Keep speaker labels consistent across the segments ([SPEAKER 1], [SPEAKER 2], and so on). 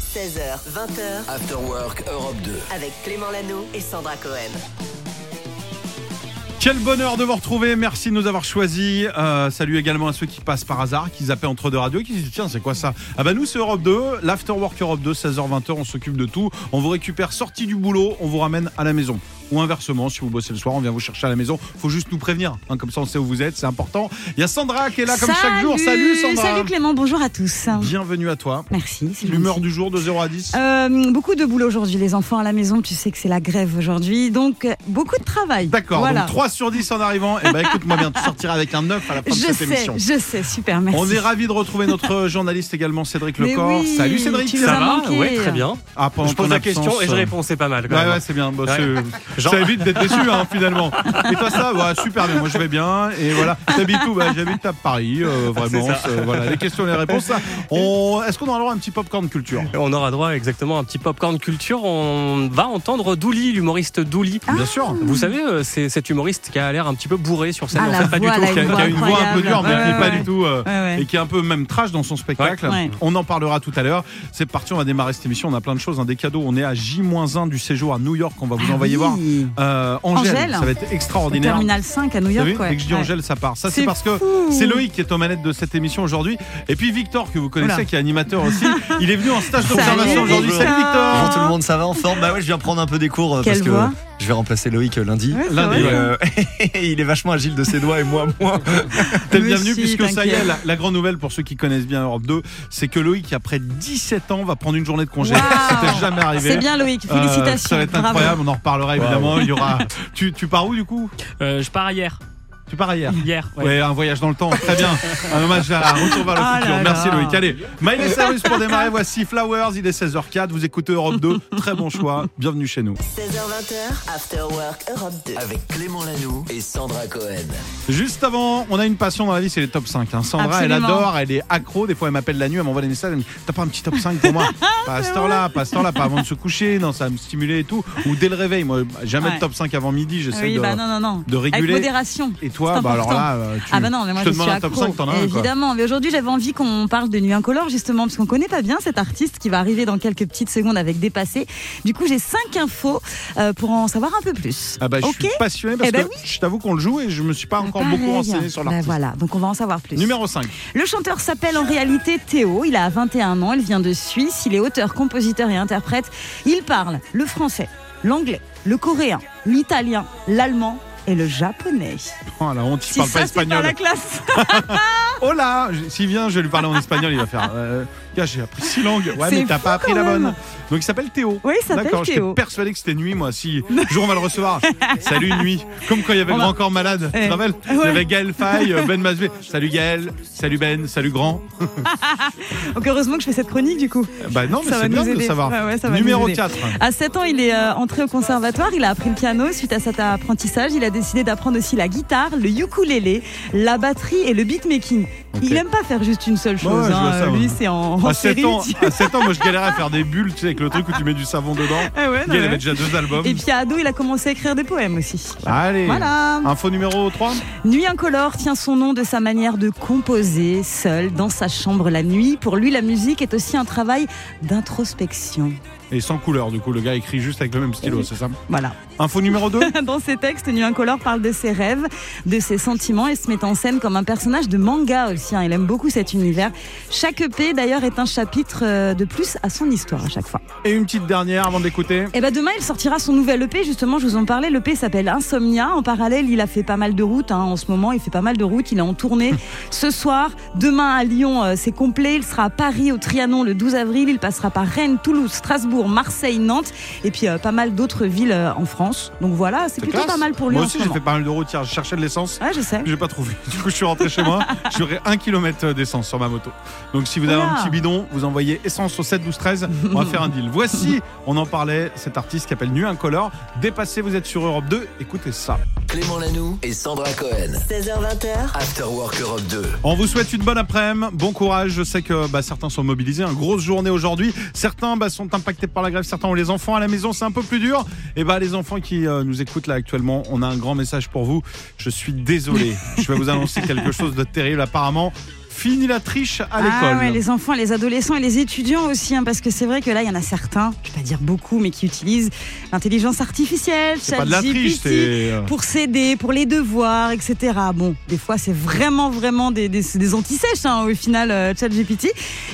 [SPEAKER 1] 16h, 20h,
[SPEAKER 2] After Work Europe 2.
[SPEAKER 1] avec Clément Lano et Sandra Cohen.
[SPEAKER 3] Quel bonheur de vous retrouver, merci de nous avoir choisis. Euh, salut également à ceux qui passent par hasard, qui zappaient entre deux radios, qui se disent tiens c'est quoi ça Ah bah nous c'est Europe 2, l'Afterwork Europe 2, 16h-20h, on s'occupe de tout, on vous récupère sorti du boulot, on vous ramène à la maison. Ou inversement, si vous bossez le soir, on vient vous chercher à la maison, faut juste nous prévenir, hein, comme ça on sait où vous êtes, c'est important. Il y a Sandra qui est là comme chaque jour, salut Sandra
[SPEAKER 4] Salut Clément, bonjour à tous.
[SPEAKER 3] Bienvenue à toi.
[SPEAKER 4] Merci. c'est
[SPEAKER 3] L'humeur
[SPEAKER 4] gentil.
[SPEAKER 3] du jour de 0 à 10
[SPEAKER 4] Euh, beaucoup de boulot aujourd'hui, les enfants à la maison, tu sais que c'est la grève aujourd'hui, donc euh, beaucoup de travail.
[SPEAKER 3] D'accord,
[SPEAKER 4] voilà.
[SPEAKER 3] donc 3 sur 10 en arrivant, et ben écoute-moi bien, tu sortiras avec un 9 à la fin
[SPEAKER 4] Je
[SPEAKER 3] de cette
[SPEAKER 4] sais,
[SPEAKER 3] émission.
[SPEAKER 4] je sais, super, merci.
[SPEAKER 3] On est ravi de retrouver notre journaliste également Cédric
[SPEAKER 4] Mais
[SPEAKER 3] Lecor.
[SPEAKER 4] oui,
[SPEAKER 3] Salut Cédric.
[SPEAKER 4] tu nous as manqué.
[SPEAKER 5] ouais, très bien.
[SPEAKER 3] Ah, pendant
[SPEAKER 5] je pose
[SPEAKER 3] ton
[SPEAKER 5] la
[SPEAKER 3] absence,
[SPEAKER 5] question et je
[SPEAKER 3] euh,
[SPEAKER 5] réponds, c'est pas mal. Quand
[SPEAKER 3] Ouais,
[SPEAKER 5] même.
[SPEAKER 3] ouais, c'est bien. Bon,
[SPEAKER 5] Ouais.
[SPEAKER 3] c'est-
[SPEAKER 5] Genre-
[SPEAKER 3] Ça évite d'être déçu, hein, finalement. Et toi, ça ouais, Super bien. Moi, je vais bien. Et voilà. T'habites où bah, J'habite à Paris, euh, vraiment.
[SPEAKER 5] Ah, C'est ça.
[SPEAKER 3] euh, voilà, les questions et les réponses. Ça, on... Est-ce qu'on aura le droit à un petit popcorn culture
[SPEAKER 5] On aura droit à exactement un petit popcorn culture. On va entendre Douli, l'humoriste Douli.
[SPEAKER 4] Ah.
[SPEAKER 3] Bien sûr.
[SPEAKER 5] Vous savez, euh, c'est cet humoriste qui a l'air un petit peu bourré sur scène.
[SPEAKER 4] Ah,
[SPEAKER 5] en
[SPEAKER 4] la
[SPEAKER 3] Pas
[SPEAKER 4] voix,
[SPEAKER 5] fait.
[SPEAKER 3] du
[SPEAKER 4] là,
[SPEAKER 3] tout, qui a,
[SPEAKER 4] une
[SPEAKER 3] qui a une voix un peu
[SPEAKER 4] incroyable.
[SPEAKER 3] dure, mais
[SPEAKER 4] Ouais,
[SPEAKER 3] qui n'est pas
[SPEAKER 4] ouais.
[SPEAKER 3] du tout. euh,
[SPEAKER 4] Ouais, ouais.
[SPEAKER 3] Et qui est un peu même trash dans son spectacle.
[SPEAKER 4] Ouais. Ouais.
[SPEAKER 3] On en parlera tout à l'heure. C'est parti, on va démarrer cette émission. On a plein de choses, hein, des cadeaux. On est à J-1 du séjour à New York. On va vous
[SPEAKER 4] Ah
[SPEAKER 3] envoyer
[SPEAKER 4] oui.
[SPEAKER 3] voir euh, Angèle.
[SPEAKER 4] Angèle.
[SPEAKER 3] Ça va être
[SPEAKER 4] Au
[SPEAKER 3] extraordinaire.
[SPEAKER 4] Terminal 5 à New
[SPEAKER 3] Vous
[SPEAKER 4] York.
[SPEAKER 3] savez,
[SPEAKER 4] ouais.
[SPEAKER 3] dès que je dis
[SPEAKER 4] Ouais.
[SPEAKER 3] Angèle, ça part. Ça, c'est
[SPEAKER 4] C'est
[SPEAKER 3] parce que
[SPEAKER 4] fou.
[SPEAKER 3] c'est Loïc qui est aux manettes de cette émission aujourd'hui. Et puis Victor, que vous connaissez,
[SPEAKER 6] Oula.
[SPEAKER 3] qui est animateur aussi. Il est venu en stage
[SPEAKER 4] Salut,
[SPEAKER 3] d'observation aujourd'hui.
[SPEAKER 4] Victor.
[SPEAKER 3] Salut Victor
[SPEAKER 6] Bonjour tout le monde, ça va en forme Bah ouais, je viens prendre un peu des cours euh,
[SPEAKER 4] Quelle
[SPEAKER 6] parce que
[SPEAKER 4] voix
[SPEAKER 6] je vais remplacer Loïc euh, lundi.
[SPEAKER 4] Ouais, c'est
[SPEAKER 3] L'un
[SPEAKER 6] Et,
[SPEAKER 4] vrai.
[SPEAKER 3] des-
[SPEAKER 6] euh, il est vachement agile de ses doigts et moi moins.
[SPEAKER 3] T'es le
[SPEAKER 4] Mais
[SPEAKER 3] bienvenu
[SPEAKER 4] si,
[SPEAKER 3] puisque ça y est,
[SPEAKER 4] t'inquiète.
[SPEAKER 3] la, la grande nouvelle pour ceux qui connaissent bien Europe 2, c'est que Loïc, après 17 ans, va prendre une journée de congé.
[SPEAKER 4] Waouh.
[SPEAKER 3] C'était jamais arrivé.
[SPEAKER 4] C'est bien Loïc,
[SPEAKER 3] Euh,
[SPEAKER 4] félicitations.
[SPEAKER 3] ça va être
[SPEAKER 4] bravo.
[SPEAKER 3] incroyable, on en reparlera évidemment. Il y aura. Tu, tu pars où du coup
[SPEAKER 7] Euh, je pars hier.
[SPEAKER 3] Tu pars hier
[SPEAKER 7] Hier.
[SPEAKER 3] Ouais.
[SPEAKER 7] ouais.
[SPEAKER 3] un voyage dans le temps, très bien. Un hommage à Retour vers le
[SPEAKER 4] Ah
[SPEAKER 3] futur.
[SPEAKER 4] là
[SPEAKER 3] Merci
[SPEAKER 4] là.
[SPEAKER 3] Loïc. Allez, Miley Cyrus pour démarrer. Voici Flowers, il est 16h04. Vous écoutez Europe 2. Très bon choix. Bienvenue chez nous.
[SPEAKER 1] 16h, 20h, After Work Europe 2.
[SPEAKER 2] Avec Clément Lanoux et Sandra Cohen.
[SPEAKER 3] Juste avant, on a une passion dans la vie, c'est les top 5. hein. Sandra, elle
[SPEAKER 4] Absolument.
[SPEAKER 3] adore, elle est accro. Des fois, elle m'appelle la nuit, elle m'envoie des messages. Elle me dit T'as pas un petit top 5 pour moi Pas à cette heure-là, pas à cette heure-là, pas avant de se coucher. Non, ça va me stimuler et tout. Ou dès le réveil. Moi, jamais de
[SPEAKER 4] Ouais.
[SPEAKER 3] top 5 avant midi. J'essaie
[SPEAKER 4] Oui,
[SPEAKER 3] de.
[SPEAKER 4] bah non, non, non.
[SPEAKER 3] de
[SPEAKER 4] Avec
[SPEAKER 3] réguler.
[SPEAKER 4] modération.
[SPEAKER 3] Et toi,
[SPEAKER 4] C'est
[SPEAKER 3] bah alors
[SPEAKER 4] important.
[SPEAKER 3] là, euh, tu,
[SPEAKER 4] Ah bah non, mais moi
[SPEAKER 3] je te
[SPEAKER 4] je suis
[SPEAKER 3] demande un top
[SPEAKER 4] accro.
[SPEAKER 3] 5, t'en as un. quoi.
[SPEAKER 4] Évidemment, mais aujourd'hui j'avais envie qu'on parle de Nuit Incolore justement parce qu'on connaît pas bien cet artiste qui va arriver dans quelques petites secondes avec Dépassé. Du coup j'ai cinq infos euh, pour en savoir un peu plus.
[SPEAKER 3] Ah bah,
[SPEAKER 4] ok
[SPEAKER 3] je suis passionné parce
[SPEAKER 4] Eh ben
[SPEAKER 3] que je t'avoue qu'on le joue et je me suis pas encore
[SPEAKER 4] Pareil.
[SPEAKER 3] beaucoup renseigné sur
[SPEAKER 4] Bah
[SPEAKER 3] l'artiste.
[SPEAKER 4] voilà, donc on va en savoir plus.
[SPEAKER 3] Numéro 5.
[SPEAKER 4] Le chanteur s'appelle en réalité Théo, il a 21 ans, il vient de Suisse, il est auteur, compositeur et interprète. Il parle le français, l'anglais, le coréen, l'italien, l'allemand et le japonais.
[SPEAKER 3] Oh la honte, il
[SPEAKER 4] Si
[SPEAKER 3] parle pas
[SPEAKER 4] ça c'est pas
[SPEAKER 3] espagnol.
[SPEAKER 4] la classe
[SPEAKER 3] Oh là je- S'il vient, je vais lui parler en espagnol, il va faire. euh, Gars, j'ai appris six langues. Ouais,
[SPEAKER 4] C'est
[SPEAKER 3] mais t'as
[SPEAKER 4] fou
[SPEAKER 3] pas appris
[SPEAKER 4] quand
[SPEAKER 3] la bonne.
[SPEAKER 4] même.
[SPEAKER 3] Donc il s'appelle Théo.
[SPEAKER 4] Oui, il s'appelle
[SPEAKER 3] D'accord, j'étais
[SPEAKER 4] Théo.
[SPEAKER 3] persuadé que c'était nuit, moi. Si un jour on va le recevoir. Salut nuit. Comme quand il y avait
[SPEAKER 4] On
[SPEAKER 3] le
[SPEAKER 4] va-
[SPEAKER 3] grand corps malade. Tu
[SPEAKER 4] Eh.
[SPEAKER 3] te rappelles Il y
[SPEAKER 4] Ouais.
[SPEAKER 3] avait Gaël Faye, euh, Ben Masvé. Salut Gaël, salut Ben, salut Grand.
[SPEAKER 4] Donc heureusement que je fais cette chronique du coup.
[SPEAKER 3] Bah non, mais
[SPEAKER 4] Ça va
[SPEAKER 3] c'est
[SPEAKER 4] nous
[SPEAKER 3] bien de le
[SPEAKER 4] aider.
[SPEAKER 3] savoir.
[SPEAKER 4] Ouais, ouais, ça va
[SPEAKER 3] Numéro
[SPEAKER 4] nous aider.
[SPEAKER 3] 4.
[SPEAKER 4] À 7 ans, il est euh, entré au conservatoire, il a appris le piano. Suite à cet apprentissage, il a décidé d'apprendre aussi la guitare, le ukulélé, la batterie et le beatmaking. Il aime pas faire juste une seule chose.
[SPEAKER 3] Bah Ouais, ouais, je
[SPEAKER 4] hein.
[SPEAKER 3] vois ça,
[SPEAKER 4] Euh, Lui,
[SPEAKER 3] ouais.
[SPEAKER 4] c'est en, en
[SPEAKER 3] À 7
[SPEAKER 4] série.
[SPEAKER 3] ans,
[SPEAKER 4] tu-
[SPEAKER 3] à 7 ans, moi je galérais à faire des bulles, tu sais, avec le truc où tu mets du savon dedans.
[SPEAKER 4] Ah ouais, non,
[SPEAKER 3] Il avait
[SPEAKER 4] ouais.
[SPEAKER 3] déjà deux albums.
[SPEAKER 4] Et puis à ado, il a commencé à écrire des poèmes aussi.
[SPEAKER 3] Allez.
[SPEAKER 4] Voilà.
[SPEAKER 3] Info numéro 3.
[SPEAKER 4] Nuit incolore tient son nom de sa manière de composer, seul, dans sa chambre la nuit. Pour lui, la musique est aussi un travail d'introspection.
[SPEAKER 3] Et sans couleur, du coup, le gars écrit juste avec le même stylo, c'est ça
[SPEAKER 4] Voilà.
[SPEAKER 3] Info numéro 2.
[SPEAKER 4] Dans ses textes, Nuit Incolore parle de ses rêves, de ses sentiments et se met en scène comme un personnage de manga aussi. hein. Il aime beaucoup cet univers. Chaque EP d'ailleurs est un chapitre euh, de plus à son histoire à chaque fois.
[SPEAKER 3] Et une petite dernière avant d'écouter.
[SPEAKER 4] Et ben demain, il sortira son nouvel EP. Justement, je vous en parlais. L'EP s'appelle Insomnia. En parallèle, il a fait pas mal de routes. hein. En ce moment, il fait pas mal de routes. Il est en tournée ce soir. Demain à Lyon, euh, c'est complet. Il sera à Paris, au Trianon le 12 avril. Il passera par Rennes, Toulouse, Strasbourg, Marseille, Nantes et puis euh, pas mal d'autres villes euh, en France. Donc voilà, c'est plutôt
[SPEAKER 3] classe.
[SPEAKER 4] pas mal pour lui
[SPEAKER 3] Moi
[SPEAKER 4] en
[SPEAKER 3] aussi,
[SPEAKER 4] ce
[SPEAKER 3] j'ai
[SPEAKER 4] moment.
[SPEAKER 3] fait pas mal de routes hier. Je cherchais de l'essence.
[SPEAKER 4] Ouais, je sais.
[SPEAKER 3] J'ai pas trouvé. Du coup, je suis rentré chez moi. J'aurais un kilomètre d'essence sur ma moto. Donc, si vous avez un
[SPEAKER 4] Oula.
[SPEAKER 3] petit bidon, vous envoyez essence au 7 12 13. On va faire un deal. Voici, on en parlait, cet artiste qui appelle Nu Incolore. Dépassé, vous êtes sur Europe 2. Écoutez ça.
[SPEAKER 2] Clément Lanoux et Sandra Cohen.
[SPEAKER 1] 16h, 20h,
[SPEAKER 2] After Work Europe 2.
[SPEAKER 3] On vous souhaite une bonne après-midi, bon courage. Je sais que bah, certains sont mobilisés, une grosse journée aujourd'hui. Certains bah, sont impactés par la grève, certains ont les enfants à la maison, c'est un peu plus dur. Et bah les enfants qui euh, nous écoutent là actuellement, on a un grand message pour vous. Je suis désolé, je vais vous annoncer quelque chose de terrible apparemment. Fini la triche à
[SPEAKER 4] Ah
[SPEAKER 3] l'école.
[SPEAKER 4] ouais, les enfants, les adolescents et les étudiants aussi, hein, parce que c'est vrai que là, il y en a certains, je ne vais pas dire beaucoup, mais qui utilisent l'intelligence artificielle,
[SPEAKER 3] C'est pas de la triche,
[SPEAKER 4] ChatGPT,
[SPEAKER 3] c'est. euh,
[SPEAKER 4] pour s'aider, pour les devoirs, etc. Bon, des fois, c'est vraiment, vraiment des, des, des antisèches, hein, au final, euh, ChatGPT.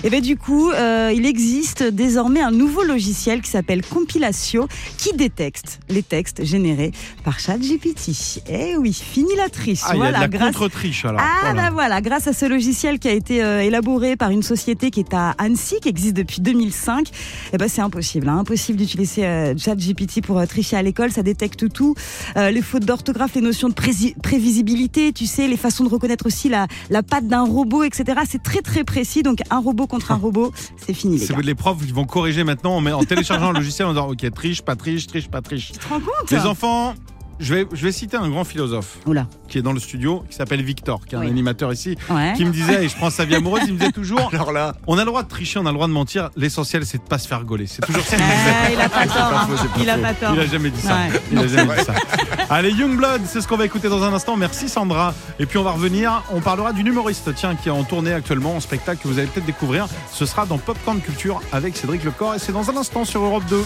[SPEAKER 4] Et bien, du coup, euh, il existe désormais un nouveau logiciel qui s'appelle Compilatio, qui détecte les textes générés par ChatGPT. Eh oui, fini la triche.
[SPEAKER 3] Ah, il y a de
[SPEAKER 4] voilà,
[SPEAKER 3] la
[SPEAKER 4] grâce
[SPEAKER 3] contre-triche alors.
[SPEAKER 4] ah
[SPEAKER 3] Voilà.
[SPEAKER 4] bah voilà, grâce à ce logiciel qui a été euh, élaboré par une société qui est à Annecy, qui existe depuis 2005, eh ben c'est impossible, hein, impossible d'utiliser euh, ChatGPT pour euh, tricher à l'école, ça détecte tout, Euh, les fautes d'orthographe, les notions de prési- prévisibilité, tu sais, les façons de reconnaître aussi la, la patte d'un robot, etc. C'est très très précis, donc un robot contre un robot, c'est fini les
[SPEAKER 3] Ah. C'est
[SPEAKER 4] gars.
[SPEAKER 3] les profs qui vont corriger maintenant en, met- en téléchargeant un logiciel en disant Ok, triche, pas triche, triche, pas triche.
[SPEAKER 4] Tu te rends compte hein
[SPEAKER 3] Les enfants, je vais, je vais citer un grand philosophe
[SPEAKER 4] Oula,
[SPEAKER 3] qui est dans le studio, qui s'appelle Victor, qui est un
[SPEAKER 4] Oui.
[SPEAKER 3] animateur ici,
[SPEAKER 4] ouais.
[SPEAKER 3] qui me disait, et je prends sa vie amoureuse, il me disait toujours
[SPEAKER 6] Alors là,
[SPEAKER 3] On a le droit de tricher, on a le droit de mentir, l'essentiel c'est de pas se faire gauler. C'est toujours ça qu'il disait.
[SPEAKER 4] Ah, il a pas tort, hein. il a pas tort.
[SPEAKER 3] Il a jamais dit ça.
[SPEAKER 4] Ouais.
[SPEAKER 3] Il a jamais dit ça. Allez, Youngblood, c'est ce qu'on va écouter dans un instant. Merci Sandra. Et puis on va revenir, on parlera d'une humoriste, tiens, qui est en tournée actuellement en spectacle que vous allez peut-être découvrir. Ce sera dans Popcorn Culture avec Cédric Lecor et c'est dans un instant sur Europe 2.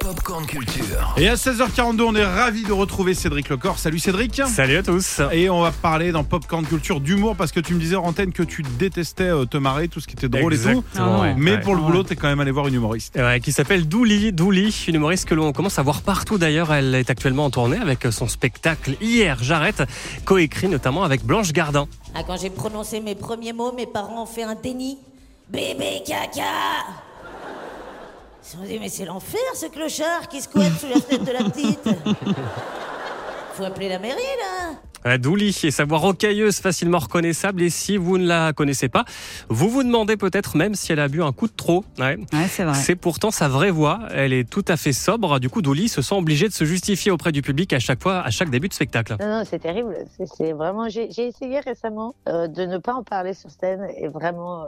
[SPEAKER 2] Popcorn Culture.
[SPEAKER 3] Et à 16h42, on est ravis de retrouver Cédric Lecor. Salut Cédric.
[SPEAKER 5] Salut à tous.
[SPEAKER 3] Et on va parler dans Popcorn Culture d'humour parce que tu me disais en antenne que tu détestais euh, te marrer, tout ce qui était drôle et tout.
[SPEAKER 5] Exactement,
[SPEAKER 4] Ah ouais.
[SPEAKER 3] Mais pour le
[SPEAKER 4] Ouais.
[SPEAKER 3] boulot, t'es quand même allé voir une humoriste.
[SPEAKER 5] Ouais, qui s'appelle Douli, Douli, une humoriste que l'on commence à voir partout d'ailleurs. Elle est actuellement en tournée avec son spectacle Hier, j'arrête, coécrit notamment avec Blanche Gardin.
[SPEAKER 7] Ah, quand j'ai prononcé mes premiers mots, mes parents ont fait un déni. Bébé caca Ils se sont dit, mais c'est l'enfer ce clochard qui squatte sous la fenêtre de la petite Faut appeler la mairie là
[SPEAKER 5] Euh, Douli et sa voix rocailleuse, facilement reconnaissable. Et si vous ne la connaissez pas, vous vous demandez peut-être même si elle a bu un coup de trop. Ouais.
[SPEAKER 4] Ouais, c'est vrai.
[SPEAKER 5] C'est pourtant sa vraie voix. Elle est tout à fait sobre. Du coup, Douli se sent obligée de se justifier auprès du public à chaque fois, à chaque début de spectacle.
[SPEAKER 8] Non, non, c'est terrible. C'est- C'est vraiment. J'ai j'ai essayé récemment euh, de ne pas en parler sur scène et vraiment, euh,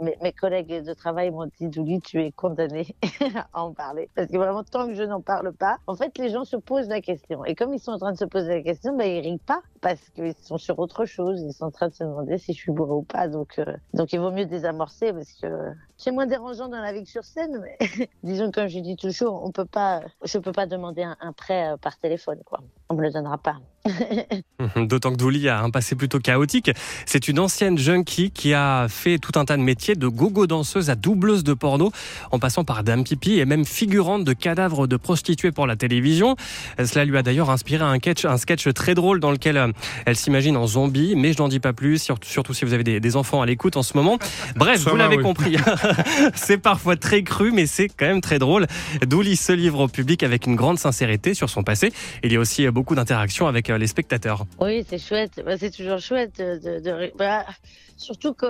[SPEAKER 8] mes, mes collègues de travail m'ont dit, Julie, tu es condamnée à en parler parce que vraiment, tant que je n'en parle pas, en fait, les gens se posent la question et comme ils sont en train de se poser la question, ben ils rient pas parce qu'ils sont sur autre chose. Ils sont en train de se demander si je suis bourré ou pas. Donc, euh, donc il vaut mieux désamorcer parce que c'est moins dérangeant dans la vie que sur scène. Mais disons comme je dis toujours, on peut pas, je peux pas demander un, un prêt euh, par téléphone quoi. On me le donnera pas.
[SPEAKER 5] D'autant que Douli a un passé plutôt chaotique. C'est une ancienne junkie qui a fait tout un tas de métiers, de gogo danseuse à doubleuse de porno, en passant par dame pipi et même figurante de cadavres de prostituées pour la télévision. Euh, Cela lui a d'ailleurs inspiré un sketch, un sketch très drôle dans lequel euh, elle s'imagine en zombie, mais je n'en dis pas plus, sur- surtout si vous avez des, des enfants à l'écoute en ce moment. Bref,
[SPEAKER 3] Ça
[SPEAKER 5] vous
[SPEAKER 3] va,
[SPEAKER 5] l'avez
[SPEAKER 3] oui.
[SPEAKER 5] compris. hein. c'est parfois très cru, mais c'est quand même très drôle. Douli se livre au public avec une grande sincérité sur son passé. Il y a aussi euh, beaucoup d'interactions avec euh, les spectateurs.
[SPEAKER 8] Oui, c'est chouette. Bah, c'est toujours chouette. De, de- de- bah, surtout que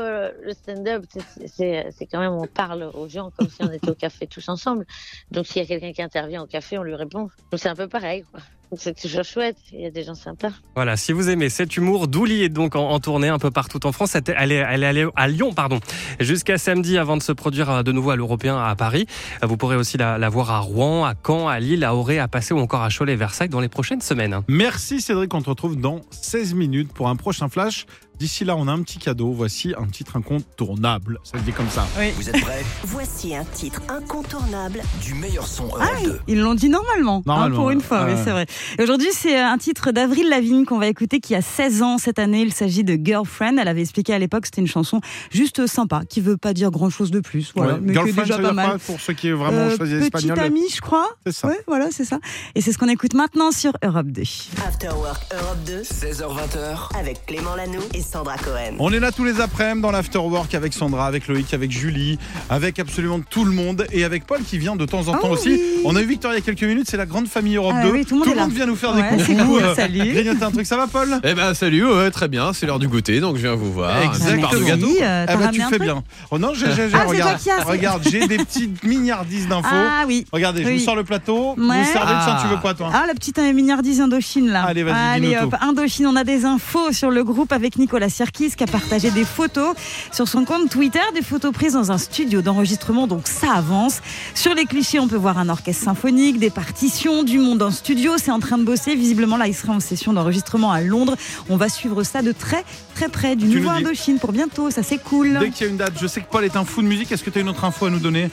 [SPEAKER 8] le stand-up, c'est- c'est c'est quand même, on parle aux gens comme si on était au café tous ensemble. Donc s'il y a quelqu'un qui intervient au café, on lui répond. Donc c'est un peu pareil. quoi. Donc, C'est toujours chouette. Il y a des gens sympas.
[SPEAKER 5] Voilà, si vous aimez cet humour, Douli est donc en, en tournée un peu partout en France. Elle est, elle est- elle est allée à Lyon, pardon, jusqu'à samedi avant de se produire euh, de nouveau à l'Européen à Paris. Euh, Vous pourrez aussi la, la voir à Rouen, à Caen, à Lille, à Auray, à Passé ou encore à Cholet-Versailles dans les prochaines semaines.
[SPEAKER 3] Merci Cédric, on te retrouve dans 16 minutes pour un prochain flash. D'ici là, on a un petit cadeau. Voici un titre incontournable. Ça se dit comme ça.
[SPEAKER 2] Vous êtes prêts
[SPEAKER 1] Voici un titre incontournable.
[SPEAKER 2] Du meilleur son Europe
[SPEAKER 4] Ah,
[SPEAKER 2] 2.
[SPEAKER 4] ils l'ont dit normalement, hein,
[SPEAKER 3] Normalement,
[SPEAKER 4] pour une fois,
[SPEAKER 3] ouais.
[SPEAKER 4] oui, c'est vrai. Et Aujourd'hui, c'est euh, un titre d'Avril Lavigne qu'on va écouter qui a 16 ans cette année. Il s'agit de Girlfriend. Elle avait expliqué à l'époque que c'était une chanson juste sympa, qui veut pas dire grand chose de plus, voilà,
[SPEAKER 3] Ouais.
[SPEAKER 4] mais qui est
[SPEAKER 3] Girlfriend,
[SPEAKER 4] déjà
[SPEAKER 3] ça veut dire
[SPEAKER 4] pas mal.
[SPEAKER 3] quoi pour ceux qui vraiment
[SPEAKER 4] Euh,
[SPEAKER 3] choisissent
[SPEAKER 4] petite
[SPEAKER 3] l'espagnol.
[SPEAKER 4] amie, je crois.
[SPEAKER 3] C'est ça.
[SPEAKER 4] Ouais, voilà, c'est ça. Et c'est ce qu'on écoute maintenant sur Europe 2.
[SPEAKER 1] After Work Europe 2
[SPEAKER 2] 16h20h.
[SPEAKER 1] avec Clément Lanoux et Sandra Cohen.
[SPEAKER 3] On est là tous les après-midi dans l'afterwork avec Sandra, avec Loïc, avec Julie, avec absolument tout le monde et avec Paul qui vient de temps en temps
[SPEAKER 4] Oh
[SPEAKER 3] aussi.
[SPEAKER 4] oui.
[SPEAKER 3] On a eu Victor il y a quelques minutes, c'est la grande famille Europe
[SPEAKER 4] Ah
[SPEAKER 3] 2.
[SPEAKER 4] oui, tout le monde est là.
[SPEAKER 3] vient nous faire
[SPEAKER 4] Ouais,
[SPEAKER 3] des
[SPEAKER 4] c'est
[SPEAKER 3] coucous.
[SPEAKER 4] cool, salut.
[SPEAKER 3] grignoter un truc, ça va Paul
[SPEAKER 9] Eh ben salut, ouais, très bien, c'est l'heure du goûter, donc je viens vous voir. Un petit
[SPEAKER 3] Exactement.
[SPEAKER 9] part de gâteau.
[SPEAKER 4] Oui, euh, t'as
[SPEAKER 3] Eh ben,
[SPEAKER 4] ramené
[SPEAKER 3] tu
[SPEAKER 4] un
[SPEAKER 3] fais
[SPEAKER 4] truc
[SPEAKER 3] bien. Oh non, j'ai, j'ai, j'ai-
[SPEAKER 4] Ah, c'est
[SPEAKER 3] regarde,
[SPEAKER 4] toi qui as-
[SPEAKER 3] regarde, j'ai des petites mignardises d'infos.
[SPEAKER 4] Ah oui.
[SPEAKER 3] Regardez, je
[SPEAKER 4] Oui.
[SPEAKER 3] vous sors le plateau. Vous
[SPEAKER 4] Ouais.
[SPEAKER 3] servez, tiens,
[SPEAKER 9] Ah.
[SPEAKER 3] tu veux quoi, toi
[SPEAKER 4] Ah, la petite euh, hein, mignardise Indochine, là.
[SPEAKER 3] Allez, vas-y,
[SPEAKER 4] Allez,
[SPEAKER 3] dis-nous
[SPEAKER 4] hop, Indochine, on a des infos sur le groupe avec Nico. Nicolas Sirkis qui a partagé des photos sur son compte Twitter, des photos prises dans un studio d'enregistrement, donc ça avance. Sur les clichés, on peut voir un orchestre symphonique, des partitions, du monde en studio, c'est en train de bosser. Visiblement, là, il sera en session d'enregistrement à Londres. On va suivre ça de très, très près du
[SPEAKER 3] Tu
[SPEAKER 4] nouveau
[SPEAKER 3] nous dis.
[SPEAKER 4] Indochine pour bientôt, ça c'est cool.
[SPEAKER 3] Dès qu'il y a une date, je sais que Paul est un fou de musique. Est-ce que tu as une autre info à nous donner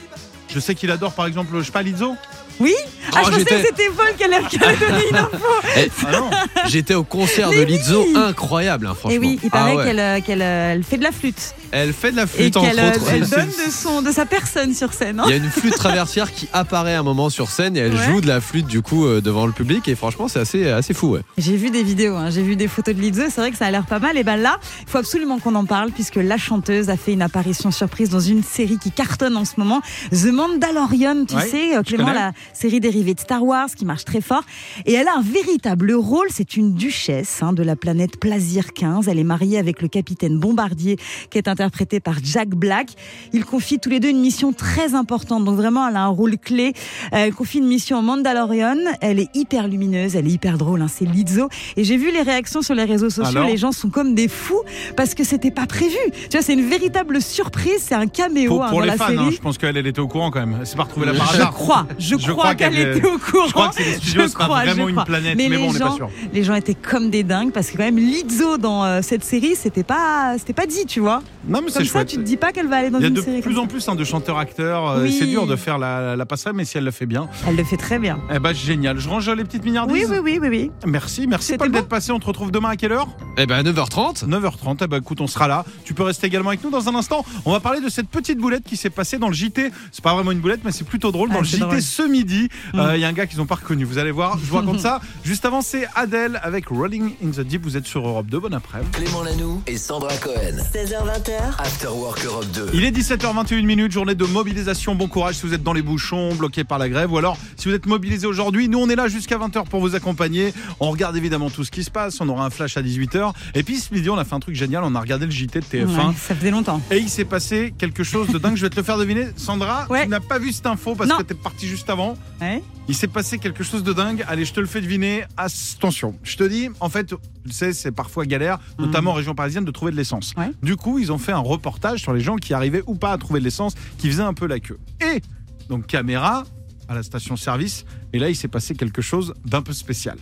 [SPEAKER 3] Je sais qu'il adore par exemple, je sais pas, Lizzo
[SPEAKER 4] Oui Ah,
[SPEAKER 9] Oh,
[SPEAKER 4] je pensais
[SPEAKER 9] j'étais-
[SPEAKER 4] que c'était Paul qui allait qui allait donner une info.
[SPEAKER 3] Ah non
[SPEAKER 9] Eh, J'étais au concert de Lizzo, incroyable, hein, franchement.
[SPEAKER 4] Et Eh oui, il
[SPEAKER 9] Ah
[SPEAKER 4] paraît
[SPEAKER 9] ouais.
[SPEAKER 4] qu'elle, euh, qu'elle euh, elle fait de la flûte
[SPEAKER 9] Elle fait de la
[SPEAKER 4] et
[SPEAKER 9] flûte, entre
[SPEAKER 4] qu'elle euh,
[SPEAKER 9] autres.
[SPEAKER 4] elle donne de son, de sa personne sur scène. hein.
[SPEAKER 9] Il y a une flûte traversière qui apparaît un moment sur scène et elle
[SPEAKER 4] Ouais.
[SPEAKER 9] joue de la flûte du coup euh, devant le public et franchement c'est assez, euh, assez fou. Ouais.
[SPEAKER 4] J'ai vu des vidéos, hein, j'ai vu des photos de Lizzo, c'est vrai que ça a l'air pas mal. Et ben là, il faut absolument qu'on en parle puisque la chanteuse a fait une apparition surprise dans une série qui cartonne en ce moment, The Mandalorian, tu
[SPEAKER 3] Ouais,
[SPEAKER 4] sais, euh,
[SPEAKER 3] je
[SPEAKER 4] Clément,
[SPEAKER 3] connais.
[SPEAKER 4] la série dérivée de Star Wars qui marche très fort. Et elle a un véritable rôle, c'est une duchesse hein, de la planète Plasir 15. Elle est mariée avec le capitaine Bombardier qui est interprété par Jack Black. Ils confient tous les deux une mission très importante, donc vraiment elle a un rôle clé. Euh, Elle confie une mission au Mandalorian. Elle est hyper lumineuse, elle est hyper drôle. hein, C'est Lizzo. Et j'ai vu les réactions sur les réseaux sociaux.
[SPEAKER 3] Alors
[SPEAKER 4] les gens sont comme des fous parce que c'était pas prévu. Tu vois, c'est une véritable surprise. C'est un caméo
[SPEAKER 3] Pour,
[SPEAKER 4] hein,
[SPEAKER 3] pour
[SPEAKER 4] dans
[SPEAKER 3] les
[SPEAKER 4] la
[SPEAKER 3] fans, hein,
[SPEAKER 4] série.
[SPEAKER 3] je pense qu'elle elle était au courant quand même. C'est pas retrouvé la par
[SPEAKER 4] Je
[SPEAKER 3] hasard.
[SPEAKER 4] crois, je,
[SPEAKER 3] Je
[SPEAKER 4] crois,
[SPEAKER 3] crois
[SPEAKER 4] qu'elle
[SPEAKER 3] qu'elle est-
[SPEAKER 4] était au courant.
[SPEAKER 3] Je crois que c'est les studios,
[SPEAKER 4] Je
[SPEAKER 3] c'est pas
[SPEAKER 4] crois, je
[SPEAKER 3] vraiment une
[SPEAKER 4] crois.
[SPEAKER 3] planète, mais bon, on
[SPEAKER 4] les
[SPEAKER 3] n'est pas
[SPEAKER 4] gens,
[SPEAKER 3] sûr.
[SPEAKER 4] les gens étaient comme des dingues parce que quand même Lizzo dans euh, cette série, c'était pas, c'était pas dit, tu vois.
[SPEAKER 3] Non, mais
[SPEAKER 4] Comme
[SPEAKER 3] c'est
[SPEAKER 4] ça,
[SPEAKER 3] chouette.
[SPEAKER 4] tu te dis pas qu'elle va aller dans
[SPEAKER 3] Il y a
[SPEAKER 4] une
[SPEAKER 3] de
[SPEAKER 4] série. comme
[SPEAKER 3] plus en plus hein, de chanteurs-acteurs. euh,
[SPEAKER 4] Oui.
[SPEAKER 3] C'est dur de faire la, la passerelle, mais si elle le fait bien,
[SPEAKER 4] ça. Elle le fait très bien.
[SPEAKER 3] eh ben génial. Je range les petites
[SPEAKER 4] Oui,
[SPEAKER 3] milliardises.
[SPEAKER 4] oui, oui, oui, oui.
[SPEAKER 3] Merci, merci
[SPEAKER 4] C'était
[SPEAKER 3] Paul
[SPEAKER 4] bon
[SPEAKER 3] d'être passé. On te retrouve demain à quelle heure
[SPEAKER 9] Et ben 9h30,
[SPEAKER 3] 9h30. Eh ben, écoute, on sera là. Tu peux rester également avec nous dans un instant. On va parler de cette petite boulette qui s'est passée dans le JT. C'est pas vraiment une boulette, mais c'est plutôt drôle. Dans
[SPEAKER 4] Ah,
[SPEAKER 3] le
[SPEAKER 4] c'est
[SPEAKER 3] JT
[SPEAKER 4] drôle. Mm.
[SPEAKER 3] ce midi, euh, il y a un gars qu'ils ont pas reconnu. Vous allez voir, je vous raconte ça. Juste avant, c'est Adèle avec Rolling in the Deep. Vous êtes sur Europe 2. Bonne après
[SPEAKER 2] Clément Lanoux et Sandra Cohen.
[SPEAKER 1] 16h20h,
[SPEAKER 2] After Work Europe 2.
[SPEAKER 3] Il est 17h21 minutes, journée de mobilisation. Bon courage si vous êtes dans les bouchons, bloqués par la grève, ou alors si vous êtes mobilisé aujourd'hui. Nous, on est là jusqu'à 20h pour vous accompagner. On regarde évidemment tout ce qui se passe. On aura un flash à 18h. Et puis ce midi, on a fait un truc génial. On a regardé le JT de TF1.
[SPEAKER 4] Ouais, ça faisait longtemps.
[SPEAKER 3] Et il s'est passé quelque chose de dingue. Je vais te le faire deviner. Sandra,
[SPEAKER 4] Ouais.
[SPEAKER 3] tu n'as pas vu cette info parce
[SPEAKER 4] Non.
[SPEAKER 3] que t'es parti juste avant.
[SPEAKER 4] Ouais.
[SPEAKER 3] Il s'est passé quelque chose de dingue. Allez, je te le fais deviner. Attention. Je te dis, en fait, tu sais, c'est parfois galère, notamment en région parisienne, de trouver de l'essence.
[SPEAKER 4] Mhm. Ouais.
[SPEAKER 3] Du coup, ils ont fait un reportage sur les gens qui arrivaient ou pas à trouver de l'essence, qui faisaient un peu la queue. Et, donc, caméra à la station-service. Et là, il s'est passé quelque chose d'un peu spécial.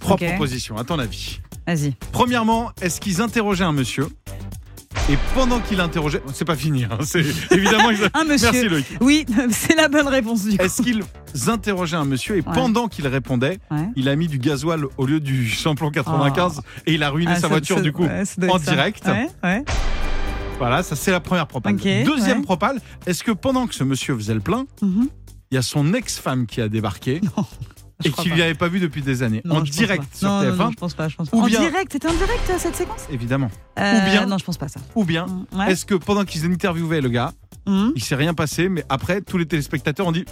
[SPEAKER 3] Trois
[SPEAKER 4] Ok.
[SPEAKER 3] propositions, à ton avis.
[SPEAKER 4] Vas-y.
[SPEAKER 3] Premièrement, est-ce qu'ils interrogeaient un monsieur et pendant qu'il interrogeait, c'est pas fini, hein, c'est évidemment. ils-
[SPEAKER 4] Un Ah, monsieur.
[SPEAKER 3] Merci Loïc.
[SPEAKER 4] Oui, c'est la bonne réponse du coup.
[SPEAKER 3] Est-ce qu'ils interrogeaient un monsieur et pendant qu'il répondait,
[SPEAKER 4] Ouais.
[SPEAKER 3] il a mis du gasoil au lieu du samplon 95 et il a ruiné
[SPEAKER 4] Ah,
[SPEAKER 3] sa
[SPEAKER 4] ça-
[SPEAKER 3] voiture
[SPEAKER 4] ça-
[SPEAKER 3] du coup
[SPEAKER 4] ouais, ça doit
[SPEAKER 3] en
[SPEAKER 4] être ça.
[SPEAKER 3] direct.
[SPEAKER 4] Ouais, ouais.
[SPEAKER 3] Voilà, ça c'est la première propale.
[SPEAKER 4] Ok,
[SPEAKER 3] Deuxième
[SPEAKER 4] ouais.
[SPEAKER 3] propale, est-ce que pendant que ce monsieur faisait le plein,
[SPEAKER 4] Mhm.
[SPEAKER 3] il y a son ex-femme qui a débarqué
[SPEAKER 4] je
[SPEAKER 3] et
[SPEAKER 4] crois
[SPEAKER 3] qu'il
[SPEAKER 4] pas.
[SPEAKER 3] ne l'avait pas vu depuis des années
[SPEAKER 4] Non,
[SPEAKER 3] en
[SPEAKER 4] je pense
[SPEAKER 3] direct
[SPEAKER 4] pas.
[SPEAKER 3] sur
[SPEAKER 4] Non, non,
[SPEAKER 3] TF1
[SPEAKER 4] non, je pense pas, je pense pas.
[SPEAKER 3] Ou
[SPEAKER 4] en
[SPEAKER 3] bien-
[SPEAKER 4] direct, c'était en direct euh, cette séquence
[SPEAKER 3] Évidemment.
[SPEAKER 4] Euh,
[SPEAKER 3] bien-
[SPEAKER 4] Non, je pense pas ça.
[SPEAKER 3] Ou bien,
[SPEAKER 4] Ouais.
[SPEAKER 3] est-ce que pendant qu'ils interviewaient le gars,
[SPEAKER 4] Mhm.
[SPEAKER 3] il s'est rien passé, mais après, tous les téléspectateurs ont dit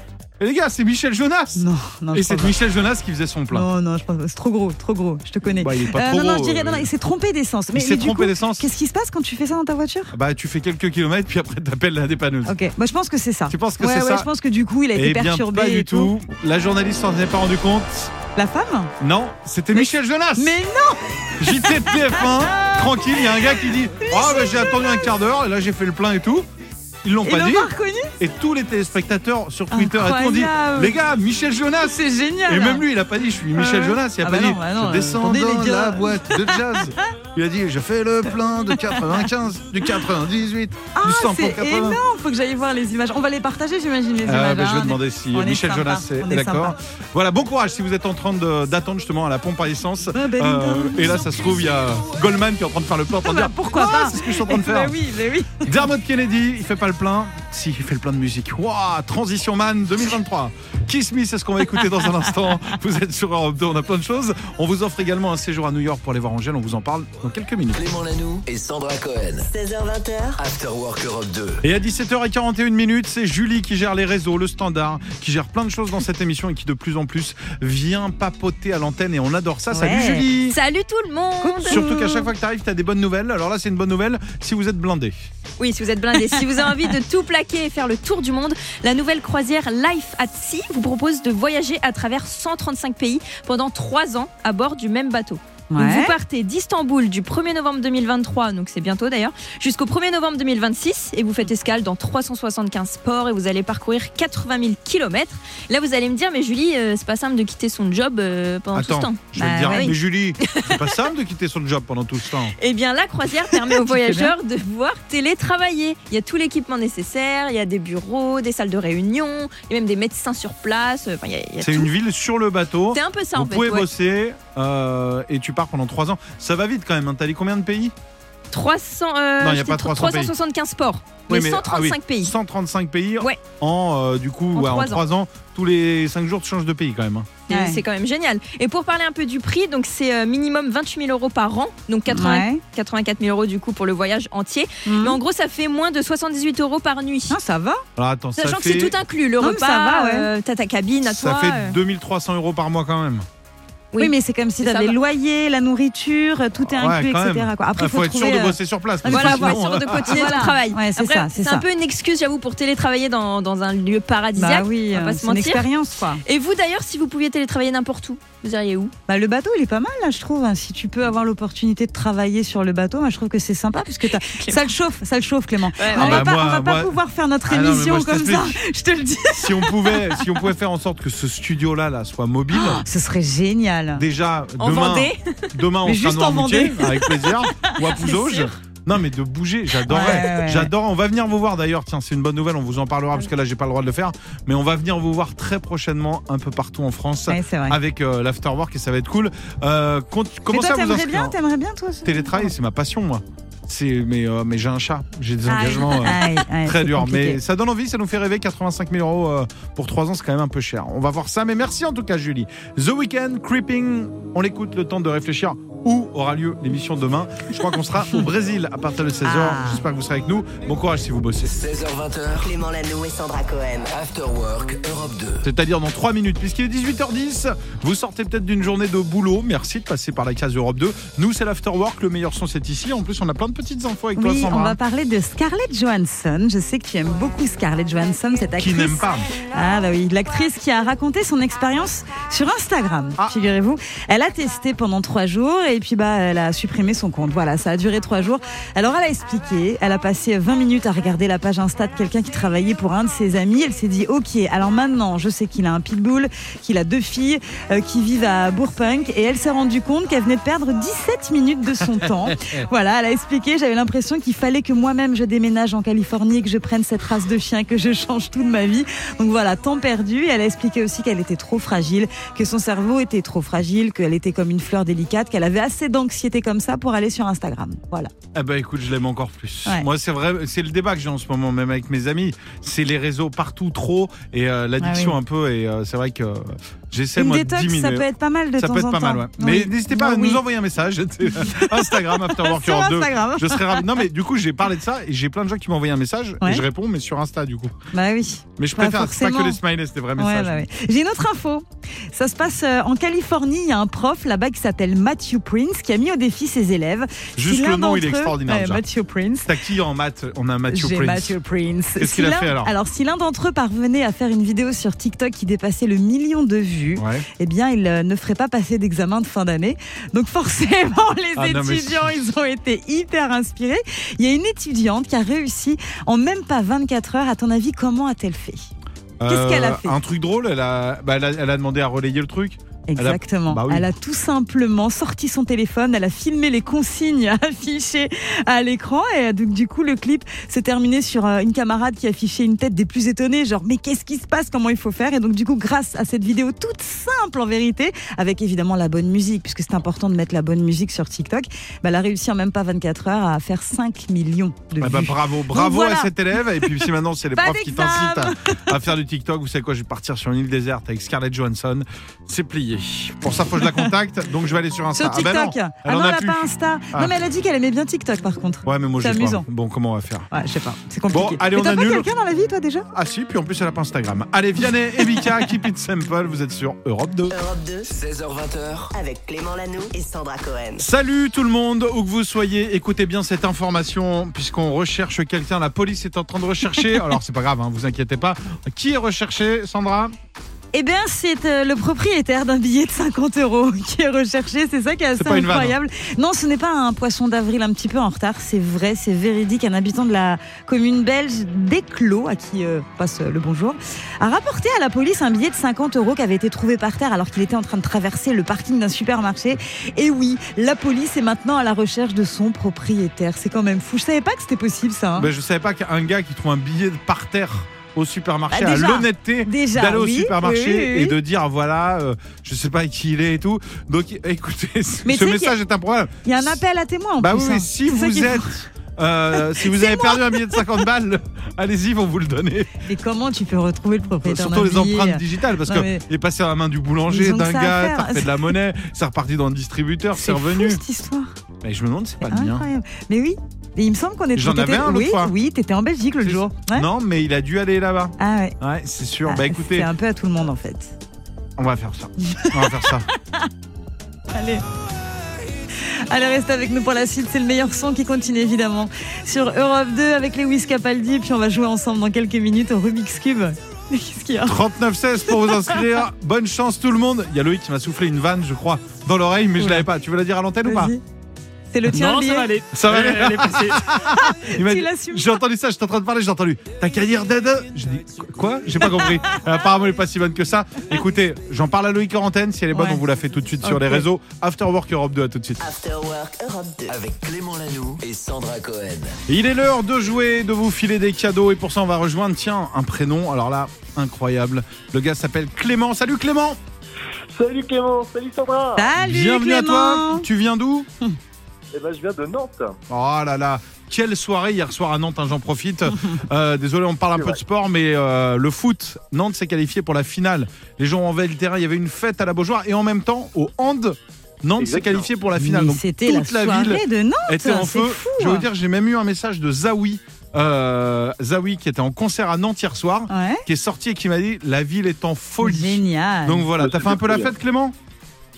[SPEAKER 3] Eh les gars, c'est Michel Jonas
[SPEAKER 4] Non, non,
[SPEAKER 3] Et
[SPEAKER 4] je pense
[SPEAKER 3] c'est
[SPEAKER 4] pas.
[SPEAKER 3] Michel Jonas qui faisait son plein.
[SPEAKER 4] Non, non, je pense pas. C'est trop gros, trop gros. Je te connais.
[SPEAKER 3] Bah, il est pas trop
[SPEAKER 4] non, non,
[SPEAKER 3] gros,
[SPEAKER 4] je dirais.
[SPEAKER 3] euh,
[SPEAKER 4] Non, non, il s'est trompé d'essence.
[SPEAKER 3] il
[SPEAKER 4] Mais,
[SPEAKER 3] s'est
[SPEAKER 4] mais du
[SPEAKER 3] trompé
[SPEAKER 4] coup,
[SPEAKER 3] d'essence.
[SPEAKER 4] Qu'est-ce qui se passe quand tu fais ça dans ta voiture
[SPEAKER 3] Bah, tu fais quelques kilomètres, puis après, t'appelles la dépanneuse.
[SPEAKER 4] Ok, moi je pense que c'est ça.
[SPEAKER 3] Tu penses que
[SPEAKER 4] ouais,
[SPEAKER 3] c'est
[SPEAKER 4] ouais,
[SPEAKER 3] ça
[SPEAKER 4] je pense que du coup, il a été
[SPEAKER 3] Eh bien,
[SPEAKER 4] perturbé.
[SPEAKER 3] pas
[SPEAKER 4] et
[SPEAKER 3] du tout. La journaliste s'en est pas rendu compte.
[SPEAKER 4] La femme
[SPEAKER 3] Non, c'était
[SPEAKER 4] Mais-
[SPEAKER 3] Michel Jonas.
[SPEAKER 4] Mais non
[SPEAKER 3] JT de TF1, tranquille, il y a un gars qui dit Ah, bah, j'ai attendu un quart d'heure, et là, j'ai fait le plein et tout. Ils l'ont
[SPEAKER 4] Ils
[SPEAKER 3] pas
[SPEAKER 4] l'ont
[SPEAKER 3] dit.
[SPEAKER 4] pas reconnu
[SPEAKER 3] Et tous les téléspectateurs sur Twitter et tout ont dit
[SPEAKER 4] Incroyable.
[SPEAKER 3] Les gars, Michel Jonas
[SPEAKER 4] C'est génial
[SPEAKER 3] Et même lui, il a pas dit je suis Michel
[SPEAKER 4] Ouais.
[SPEAKER 3] Jonas, il a
[SPEAKER 4] Ah
[SPEAKER 3] pas
[SPEAKER 4] bah
[SPEAKER 3] dit
[SPEAKER 4] non, bah non,
[SPEAKER 3] je
[SPEAKER 4] euh,
[SPEAKER 3] descends
[SPEAKER 4] attendez,
[SPEAKER 3] dans
[SPEAKER 4] les gars.
[SPEAKER 3] la boîte de jazz. Il a dit je fais le plein de 95, du 98,
[SPEAKER 4] Ah,
[SPEAKER 3] du 100
[SPEAKER 4] c'est énorme Faut que j'aille voir les images. On va les partager, j'imagine, les
[SPEAKER 3] Ah,
[SPEAKER 4] images.
[SPEAKER 3] bah, je
[SPEAKER 4] hein.
[SPEAKER 3] vais demander si
[SPEAKER 4] on est
[SPEAKER 3] Michel
[SPEAKER 4] sympa,
[SPEAKER 3] Jonas est,
[SPEAKER 4] on est
[SPEAKER 3] d'accord.
[SPEAKER 4] sympa.
[SPEAKER 3] Voilà, bon courage si vous êtes en train de- d'attendre justement à la pompe à essence. Euh,
[SPEAKER 4] Ah, bah,
[SPEAKER 3] et là, ça se trouve, il y a Goldman qui est en train de faire le plein. en train de
[SPEAKER 4] bah,
[SPEAKER 3] dire,
[SPEAKER 4] pourquoi
[SPEAKER 3] Ah,
[SPEAKER 4] pas
[SPEAKER 3] C'est ce que je suis en train de
[SPEAKER 4] Bah
[SPEAKER 3] faire.
[SPEAKER 4] oui, bah oui.
[SPEAKER 3] Dermot Kennedy, il fait pas le plein. Si, il fait le plein de musique. Waouh, Transition Man 2023. Kiss Me, c'est ce qu'on va écouter dans un instant. Vous êtes sur Europe 2, on a plein de choses. On vous offre également un séjour à New York pour aller voir Angèle, on vous en parle dans quelques minutes.
[SPEAKER 2] Clément Lanoux et Sandra Cohen.
[SPEAKER 1] 16h20h,
[SPEAKER 2] After Work Europe 2.
[SPEAKER 3] Et à 17h41 minutes, c'est Julie qui gère les réseaux, le standard, qui gère plein de choses dans cette émission et qui de plus en plus vient papoter à l'antenne et on adore ça. Salut
[SPEAKER 4] Ouais.
[SPEAKER 3] Julie
[SPEAKER 10] Salut tout le monde
[SPEAKER 3] Surtout qu'à chaque fois que tu arrives, tu as des bonnes nouvelles. Alors là, c'est une bonne nouvelle si vous êtes blindé.
[SPEAKER 10] Oui, si vous êtes blindé, si vous avez envie de tout plaquer et faire le tour du monde, la nouvelle croisière Life at Sea vous propose de voyager à travers 135 pays pendant 3 ans à bord du même bateau. Donc,
[SPEAKER 4] Ouais.
[SPEAKER 10] vous partez d'Istanbul du 1er novembre 2023, donc c'est bientôt d'ailleurs, jusqu'au 1er novembre 2026 et vous faites escale dans 375 ports et vous allez parcourir 80 000 kilomètres. Là, vous allez me dire, mais Julie, euh, c'est pas simple de quitter son job euh, pendant tout ce
[SPEAKER 3] Attends,
[SPEAKER 10] temps.
[SPEAKER 3] je vais
[SPEAKER 10] Bah,
[SPEAKER 3] te dire,
[SPEAKER 10] ouais, oui.
[SPEAKER 3] mais Julie, c'est pas simple de quitter son job pendant tout ce temps.
[SPEAKER 10] Eh bien, la croisière permet aux
[SPEAKER 4] Tu fais bien.
[SPEAKER 10] voyageurs de pouvoir télétravailler. Il y a tout l'équipement nécessaire, il y a des bureaux, des salles de réunion, il y a même des médecins sur place. Enfin, il y a, il y a
[SPEAKER 3] C'est
[SPEAKER 10] tout.
[SPEAKER 3] une ville sur le bateau.
[SPEAKER 10] C'est un peu ça
[SPEAKER 3] Vous
[SPEAKER 10] en fait.
[SPEAKER 3] pouvez
[SPEAKER 10] ouais.
[SPEAKER 3] bosser euh, et tu pars pendant 3 ans. Ça va vite quand même. hein. T'as dit combien de pays
[SPEAKER 10] 300,
[SPEAKER 3] Non, il
[SPEAKER 10] euh,
[SPEAKER 3] y a
[SPEAKER 10] j'étais
[SPEAKER 3] pas
[SPEAKER 10] tr-
[SPEAKER 3] 300 pays.
[SPEAKER 10] 375 sports, mais,
[SPEAKER 3] Oui, ah
[SPEAKER 10] 135
[SPEAKER 3] oui,
[SPEAKER 10] pays.
[SPEAKER 3] 135 pays
[SPEAKER 10] Ouais.
[SPEAKER 3] en euh, du coup
[SPEAKER 10] En
[SPEAKER 3] ouais, en
[SPEAKER 10] trois
[SPEAKER 3] 3 ans. Tous les 5 jours, tu changes de pays quand même. hein.
[SPEAKER 10] Et
[SPEAKER 4] Ouais.
[SPEAKER 10] C'est quand même génial. Et pour parler un peu du prix, donc c'est euh, minimum 28 000 euros par an, donc 80
[SPEAKER 4] Ouais.
[SPEAKER 10] 84 000 euros du coup pour le voyage entier.
[SPEAKER 4] Mhm.
[SPEAKER 10] Mais en gros, ça fait moins de 78 euros par nuit.
[SPEAKER 4] Ah, ça va.
[SPEAKER 3] Alors attends, ça
[SPEAKER 10] Sachant que
[SPEAKER 3] fait,
[SPEAKER 10] c'est tout inclus, le
[SPEAKER 4] Non, mais
[SPEAKER 10] repas,
[SPEAKER 4] ça va, ouais.
[SPEAKER 10] euh, t'as ta cabine à
[SPEAKER 3] ça
[SPEAKER 10] toi.
[SPEAKER 3] fait
[SPEAKER 10] euh.
[SPEAKER 3] 2300 euros par mois quand même.
[SPEAKER 10] Oui.
[SPEAKER 4] Oui, mais c'est comme si
[SPEAKER 10] Mais ça
[SPEAKER 4] t'avais
[SPEAKER 10] va.
[SPEAKER 4] le loyer, la nourriture, tout est
[SPEAKER 3] Ouais,
[SPEAKER 4] inclus,
[SPEAKER 3] quand
[SPEAKER 4] etc.
[SPEAKER 3] même.
[SPEAKER 4] quoi. Après,
[SPEAKER 3] Il Ah, faut, être sûr
[SPEAKER 4] trouver,
[SPEAKER 3] de
[SPEAKER 4] euh,
[SPEAKER 3] bosser sur place. parce que
[SPEAKER 10] Voilà,
[SPEAKER 4] Sinon,
[SPEAKER 10] ouais, sûr de continuer
[SPEAKER 4] voilà.
[SPEAKER 10] ton travail.
[SPEAKER 4] Ouais, c'est
[SPEAKER 10] Après,
[SPEAKER 4] ça, c'est
[SPEAKER 10] c'est
[SPEAKER 4] Ah. ça.
[SPEAKER 10] un peu une excuse, j'avoue, pour télétravailler dans, dans un lieu paradisiaque.
[SPEAKER 4] Bah oui,
[SPEAKER 10] on va
[SPEAKER 4] euh,
[SPEAKER 10] pas se
[SPEAKER 4] c'est une
[SPEAKER 10] mentir.
[SPEAKER 4] expérience quoi.
[SPEAKER 10] Et vous d'ailleurs, si vous pouviez télétravailler n'importe où, vous iriez où
[SPEAKER 4] Bah, le bateau, il est pas mal, là, je trouve. hein. Si tu peux avoir l'opportunité de travailler sur le bateau, moi, je trouve que c'est sympa, puisque t'as- ça le chauffe, ça le chauffe, Clément.
[SPEAKER 10] Ouais,
[SPEAKER 4] on,
[SPEAKER 10] ouais.
[SPEAKER 4] va
[SPEAKER 3] Bah,
[SPEAKER 4] pas,
[SPEAKER 3] moi-
[SPEAKER 4] on va pas
[SPEAKER 3] moi-
[SPEAKER 4] pouvoir faire notre
[SPEAKER 3] Ah, non, mais
[SPEAKER 4] émission
[SPEAKER 3] moi, je
[SPEAKER 4] comme ça,
[SPEAKER 3] t'explique.
[SPEAKER 4] je te le dis.
[SPEAKER 3] si on pouvait, si on pouvait faire en sorte que ce studio-là là, soit mobile,
[SPEAKER 4] Ce serait génial.
[SPEAKER 3] déjà
[SPEAKER 10] En
[SPEAKER 3] demain,
[SPEAKER 10] Vendée
[SPEAKER 3] demain on
[SPEAKER 4] Mais
[SPEAKER 3] sera
[SPEAKER 4] juste
[SPEAKER 3] à
[SPEAKER 4] en
[SPEAKER 3] Noirmoutier,
[SPEAKER 4] Vendée.
[SPEAKER 3] avec plaisir, ou à
[SPEAKER 10] C'est
[SPEAKER 3] Pouzauges.
[SPEAKER 10] sûr.
[SPEAKER 3] Non mais de bouger, j'adorerais.
[SPEAKER 4] Ouais, ouais, ouais.
[SPEAKER 3] J'adore. On va venir vous voir d'ailleurs. Tiens, c'est une bonne nouvelle. On vous en parlera parce que là j'ai pas le droit de le faire, mais on va venir vous voir très prochainement un peu partout en France
[SPEAKER 4] Ouais, c'est vrai.
[SPEAKER 3] avec euh, l'afterwork et ça va être cool. Euh, compte- comment
[SPEAKER 4] mais
[SPEAKER 3] ça
[SPEAKER 4] toi,
[SPEAKER 3] vous
[SPEAKER 4] t'aimerais
[SPEAKER 3] inscrire
[SPEAKER 4] bien, t'aimerais bien, toi ce-
[SPEAKER 3] Télétravail, c'est ma passion moi. C'est mais euh, mais j'ai un chat, j'ai des
[SPEAKER 4] Aïe.
[SPEAKER 3] engagements. euh,
[SPEAKER 4] Aïe, aïe,
[SPEAKER 3] Très
[SPEAKER 4] Eh, c'est
[SPEAKER 3] dur,
[SPEAKER 4] compliqué.
[SPEAKER 3] mais ça donne envie, ça nous fait rêver. 85 000 euros euh, pour 3 ans, c'est quand même un peu cher. On va voir ça, mais merci en tout cas, Julie. The Weekend, Creeping, on l'écoute, le temps de réfléchir où aura lieu l'émission demain. Je crois qu'on sera au Brésil à partir de 16h.
[SPEAKER 4] Ah.
[SPEAKER 3] J'espère que vous serez avec nous. Bon courage si vous bossez.
[SPEAKER 2] 16h20h,
[SPEAKER 1] Clément Lano et Sandra Cohen.
[SPEAKER 2] After Work Europe 2.
[SPEAKER 3] C'est-à-dire dans 3 minutes, puisqu'il est 18h10. Vous sortez peut-être d'une journée de boulot. Merci de passer par la case Europe 2. Nous, c'est l'Afterwork. Le meilleur son, c'est ici. En plus, on a plein de petites infos avec toi,
[SPEAKER 4] Oui,
[SPEAKER 3] Sandra.
[SPEAKER 4] on va parler de Scarlett Johansson. Je sais que tu aimes beaucoup Scarlett Johansson, cette
[SPEAKER 3] Qui
[SPEAKER 4] actrice.
[SPEAKER 3] n'aime pas
[SPEAKER 4] Ah bah oui, l'actrice qui a raconté son expérience sur Instagram,
[SPEAKER 3] Ah.
[SPEAKER 4] figurez-vous. Elle a testé pendant trois jours et puis bah elle a supprimé son compte. Voilà, ça a duré trois jours. Alors elle a expliqué, elle a passé 20 minutes à regarder la page Insta de quelqu'un qui travaillait pour un de ses amis. Elle s'est dit, ok, alors maintenant je sais qu'il a un pitbull, qu'il a deux filles, euh, qui vivent à Bourpunk et elle s'est rendue compte qu'elle venait de perdre 17 minutes de son temps. Voilà, elle a expliqué, j'avais l'impression qu'il fallait que moi-même je déménage en Californie, que je prenne cette race de chien, que je change toute ma vie. Donc voilà, temps perdu. Et elle a expliqué aussi qu'elle était trop fragile, que son cerveau était trop fragile, qu'elle était comme une fleur délicate, qu'elle avait assez d'anxiété comme ça pour aller sur Instagram. Voilà.
[SPEAKER 3] Eh ben écoute, je l'aime encore plus.
[SPEAKER 4] Ouais.
[SPEAKER 3] Moi, c'est vrai, c'est le débat que j'ai en ce moment, même avec mes amis. C'est les réseaux partout trop et euh, l'addiction
[SPEAKER 4] Ah
[SPEAKER 3] un peu. Et euh, c'est vrai que euh, j'essaie
[SPEAKER 4] Une
[SPEAKER 3] moi de
[SPEAKER 4] détox, ça
[SPEAKER 3] diminuer.
[SPEAKER 4] peut être pas mal de
[SPEAKER 3] Ça
[SPEAKER 4] temps
[SPEAKER 3] peut être
[SPEAKER 4] en
[SPEAKER 3] pas mal,
[SPEAKER 4] temps.
[SPEAKER 3] ouais. Mais
[SPEAKER 4] Oui.
[SPEAKER 3] n'hésitez pas à
[SPEAKER 4] Oui.
[SPEAKER 3] nous envoyer un message. Instagram Afterwork
[SPEAKER 4] Sur
[SPEAKER 3] Europe 2.
[SPEAKER 4] Instagram.
[SPEAKER 3] Je serais ravi. Non, mais du coup, j'ai parlé de ça et j'ai plein de gens qui m'ont envoyé un message et
[SPEAKER 4] Ouais.
[SPEAKER 3] je réponds, mais sur Insta, du coup.
[SPEAKER 4] Bah oui.
[SPEAKER 3] Mais je
[SPEAKER 4] Bah,
[SPEAKER 3] préfère, c'est pas que
[SPEAKER 4] forcément.
[SPEAKER 3] les smileys, c'est des vrais
[SPEAKER 4] Ouais,
[SPEAKER 3] messages.
[SPEAKER 4] bah ouais. J'ai une autre info. Ça se passe euh, en Californie. Il y a un prof là-bas qui s'appelle Matthew Prince qui a mis au défi ses élèves.
[SPEAKER 3] Juste
[SPEAKER 4] Si
[SPEAKER 3] le
[SPEAKER 4] l'un
[SPEAKER 3] nom, il est
[SPEAKER 4] d'entre eux-
[SPEAKER 3] extraordinaire,
[SPEAKER 4] Ouais,
[SPEAKER 3] déjà.
[SPEAKER 4] Matthew Prince.
[SPEAKER 3] T'as qui en maths On a Mathieu
[SPEAKER 4] J'ai
[SPEAKER 3] Prince.
[SPEAKER 4] Matthew Prince.
[SPEAKER 3] Qu'est-ce
[SPEAKER 4] Si
[SPEAKER 3] qu'il a
[SPEAKER 4] l'un-
[SPEAKER 3] fait, alors
[SPEAKER 4] si l'un d'entre eux parvenait à faire une vidéo sur TikTok qui dépassait le million de vues,
[SPEAKER 3] Ouais.
[SPEAKER 4] eh bien, il euh, ne ferait pas passer d'examen de fin d'année. Donc forcément, les
[SPEAKER 3] Ah non, mais
[SPEAKER 4] étudiants, ils ont été hyper inspirés. Il y a une étudiante qui a réussi en même pas 24 heures. À ton avis, comment a-t-elle fait Qu'est-ce qu'elle a fait
[SPEAKER 3] Euh, Un truc drôle, elle a, bah, elle a, elle a demandé à relayer le truc. a-
[SPEAKER 4] Exactement. Elle
[SPEAKER 3] bah
[SPEAKER 4] a,
[SPEAKER 3] oui.
[SPEAKER 4] tout simplement sorti son téléphone, elle a filmé les consignes affichées à l'écran et donc du coup le clip s'est terminé sur euh, une camarade qui affichait une tête des plus étonnés, genre mais qu'est-ce qui se passe, comment il faut faire Et donc du coup grâce à cette vidéo toute simple en vérité, avec évidemment la bonne musique puisque c'est important de mettre la bonne musique sur TikTok, bah, elle a réussi en même pas 24 heures à faire 5 millions de vues.
[SPEAKER 3] Ah bah, bravo, bravo
[SPEAKER 4] voilà.
[SPEAKER 3] à cet élève. Et puis si maintenant c'est les
[SPEAKER 4] Pas
[SPEAKER 3] profs qui
[SPEAKER 4] d'examen.
[SPEAKER 3] t'incitent à, à faire du TikTok, vous savez quoi, je vais partir sur une île déserte avec Scarlett Johansson. C'est plié. Pour ça, faut que je la contacte. Donc je vais aller sur Insta.
[SPEAKER 4] Sur
[SPEAKER 3] Ah bah non,
[SPEAKER 4] TikTok. Ah
[SPEAKER 3] elle en
[SPEAKER 4] non,
[SPEAKER 3] a
[SPEAKER 4] elle a
[SPEAKER 3] plus.
[SPEAKER 4] pas Insta.
[SPEAKER 3] Ah.
[SPEAKER 4] Non mais elle a dit qu'elle aimait bien TikTok par contre.
[SPEAKER 3] Ouais, mais moi je
[SPEAKER 4] C'est
[SPEAKER 3] sais
[SPEAKER 4] amusant.
[SPEAKER 3] pas. Bon, comment on va faire
[SPEAKER 4] Ouais, je sais pas, c'est
[SPEAKER 3] Bon,
[SPEAKER 4] compliqué.
[SPEAKER 3] allez,
[SPEAKER 4] mais
[SPEAKER 3] on
[SPEAKER 4] t'as pas
[SPEAKER 3] annule.
[SPEAKER 4] quelqu'un dans la vie toi déjà
[SPEAKER 3] Ah si, puis en plus elle a pas Instagram. Allez, Vianney, Evika, Keep It Simple. Vous êtes sur Europe 2.
[SPEAKER 1] Europe 2
[SPEAKER 2] 16h20h,
[SPEAKER 1] avec Clément Lano et Sandra Cohen.
[SPEAKER 3] Salut tout le monde, où que vous soyez, écoutez bien cette information puisqu'on recherche quelqu'un. La police est en train de rechercher. Alors c'est pas grave, hein, vous inquiétez pas. Qui est recherché, Sandra
[SPEAKER 4] Eh bien, c'est euh, le propriétaire d'un billet de 50 euros qui est recherché. C'est ça qui est assez
[SPEAKER 3] pas une vanne, hein.
[SPEAKER 4] incroyable. Non, ce n'est pas un poisson d'avril un petit peu en retard. C'est vrai, c'est véridique. Un habitant de la commune belge d'Éclos, à qui euh, passe euh, le bonjour, a rapporté à la police un billet de 50 euros qui avait été trouvé par terre alors qu'il était en train de traverser le parking d'un supermarché. Et oui, la police est maintenant à la recherche de son propriétaire. C'est quand même fou. Je savais pas que c'était possible, ça. hein.
[SPEAKER 3] Ben, je savais pas qu'un gars qui trouve un billet de par terre au supermarché
[SPEAKER 4] Bah,
[SPEAKER 3] a
[SPEAKER 4] déjà.
[SPEAKER 3] l'honnêteté
[SPEAKER 4] Déjà,
[SPEAKER 3] d'aller au
[SPEAKER 4] oui,
[SPEAKER 3] supermarché
[SPEAKER 4] oui, oui, oui.
[SPEAKER 3] et de dire voilà euh, je sais pas qui il est et tout donc écoutez ce
[SPEAKER 4] Mais
[SPEAKER 3] ce
[SPEAKER 4] tu sais qu'il y a-
[SPEAKER 3] message est un problème
[SPEAKER 4] Il y a un appel à témoins en
[SPEAKER 3] bah oui
[SPEAKER 4] plus. hein.
[SPEAKER 3] mais si
[SPEAKER 4] C'est ça qui
[SPEAKER 3] vous
[SPEAKER 4] est
[SPEAKER 3] êtes
[SPEAKER 4] fou.
[SPEAKER 3] euh, si vous avez perdu un billet de 50 balles allez-y ils vont vous le donner
[SPEAKER 4] Mais comment tu peux retrouver le propriétaire
[SPEAKER 3] surtout
[SPEAKER 4] d'un
[SPEAKER 3] les
[SPEAKER 4] billet
[SPEAKER 3] empreintes digitales parce
[SPEAKER 4] Non,
[SPEAKER 3] que
[SPEAKER 4] mais-
[SPEAKER 3] il est passé à la main du boulanger
[SPEAKER 4] Ils ont que
[SPEAKER 3] d'un
[SPEAKER 4] ça à
[SPEAKER 3] gars
[SPEAKER 4] faire.
[SPEAKER 3] t'as refait de la monnaie c'est reparti dans le distributeur c'est
[SPEAKER 4] C'est fou,
[SPEAKER 3] revenu
[SPEAKER 4] cette histoire.
[SPEAKER 3] mais je me demande c'est pas le mien
[SPEAKER 4] Incroyable. Mais oui. Mais il me semble qu'on était.
[SPEAKER 3] J'en avais
[SPEAKER 4] t'étais-
[SPEAKER 3] un l'autre
[SPEAKER 4] oui,
[SPEAKER 3] fois.
[SPEAKER 4] Oui, t'étais en Belgique le
[SPEAKER 3] C'est
[SPEAKER 4] jour. Ouais.
[SPEAKER 3] non mais il a dû aller là-bas
[SPEAKER 4] Ah ouais.
[SPEAKER 3] ouais c'est sûr
[SPEAKER 4] Ah,
[SPEAKER 3] bah écoutez
[SPEAKER 4] C'est un peu à tout le monde en fait.
[SPEAKER 3] on va faire ça on va faire ça
[SPEAKER 4] Allez. Allez, restez avec nous pour la suite. C'est le meilleur son qui continue évidemment sur Europe 2 avec Lewis Capaldi. Puis on va jouer ensemble dans quelques minutes au Rubik's Cube. Mais qu'est-ce qu'il y a
[SPEAKER 3] 39-16 pour vous inscrire. Bonne chance tout le monde. Il y a Loïc qui m'a soufflé une vanne, je crois, dans l'oreille, mais je l'avais pas. Tu veux la dire à l'antenne ou pas
[SPEAKER 4] Vas-y. C'est le tien,
[SPEAKER 5] non,
[SPEAKER 4] Olivier
[SPEAKER 5] ça va aller.
[SPEAKER 3] Ça va aller
[SPEAKER 5] Elle est passée.
[SPEAKER 3] Il m'a
[SPEAKER 4] Tu
[SPEAKER 3] dit-
[SPEAKER 4] l'assumes
[SPEAKER 3] J'ai entendu ça, j'étais en train de parler, j'ai entendu ta carrière d'aide. J'ai dit quoi J'ai pas compris. Apparemment, elle est pas si bonne que ça. Écoutez, j'en parle à Loïc en antenne. Si elle est bonne,
[SPEAKER 4] Ouais.
[SPEAKER 3] on vous la fait tout de suite sur les
[SPEAKER 4] Ok.
[SPEAKER 3] réseaux. After Work Europe 2, à tout de suite.
[SPEAKER 1] After Work Europe 2.
[SPEAKER 2] Avec Clément Lanoux et Sandra Cohen.
[SPEAKER 3] Il est l'heure de jouer, de vous filer des cadeaux. Et pour ça, on va rejoindre, tiens, un prénom. Alors là, incroyable. Le gars s'appelle Clément. Salut Clément
[SPEAKER 11] Salut Clément, salut Sandra
[SPEAKER 4] Salut
[SPEAKER 3] Bienvenue à
[SPEAKER 4] Clément.
[SPEAKER 3] toi. Tu viens d'où
[SPEAKER 11] Eh ben je viens de Nantes.
[SPEAKER 3] Oh là là quelle soirée hier soir à Nantes, hein, j'en profite. Euh, désolé, on parle un peu de sport, mais euh, le foot, Nantes s'est qualifié pour la finale. Les gens ont envahi le terrain, il y avait une fête à la Beaujoire et en même temps, au hand, Nantes s'est
[SPEAKER 11] Exactement.
[SPEAKER 3] qualifié pour la finale.
[SPEAKER 4] Mais
[SPEAKER 3] Donc
[SPEAKER 4] C'était la
[SPEAKER 3] toute la, ville
[SPEAKER 4] soirée de Nantes.
[SPEAKER 3] était en
[SPEAKER 4] c'est
[SPEAKER 3] feu.
[SPEAKER 4] fou. hein.
[SPEAKER 3] Je vais vous dire, j'ai même eu un message de Zawi, euh, Zawi qui était en concert à Nantes hier soir,
[SPEAKER 4] Ouais.
[SPEAKER 3] qui est sorti et qui m'a dit la ville est en folie.
[SPEAKER 4] Génial.
[SPEAKER 3] Donc voilà,
[SPEAKER 11] Ouais,
[SPEAKER 3] t'as fait un peu la
[SPEAKER 11] hein.
[SPEAKER 3] fête, Clément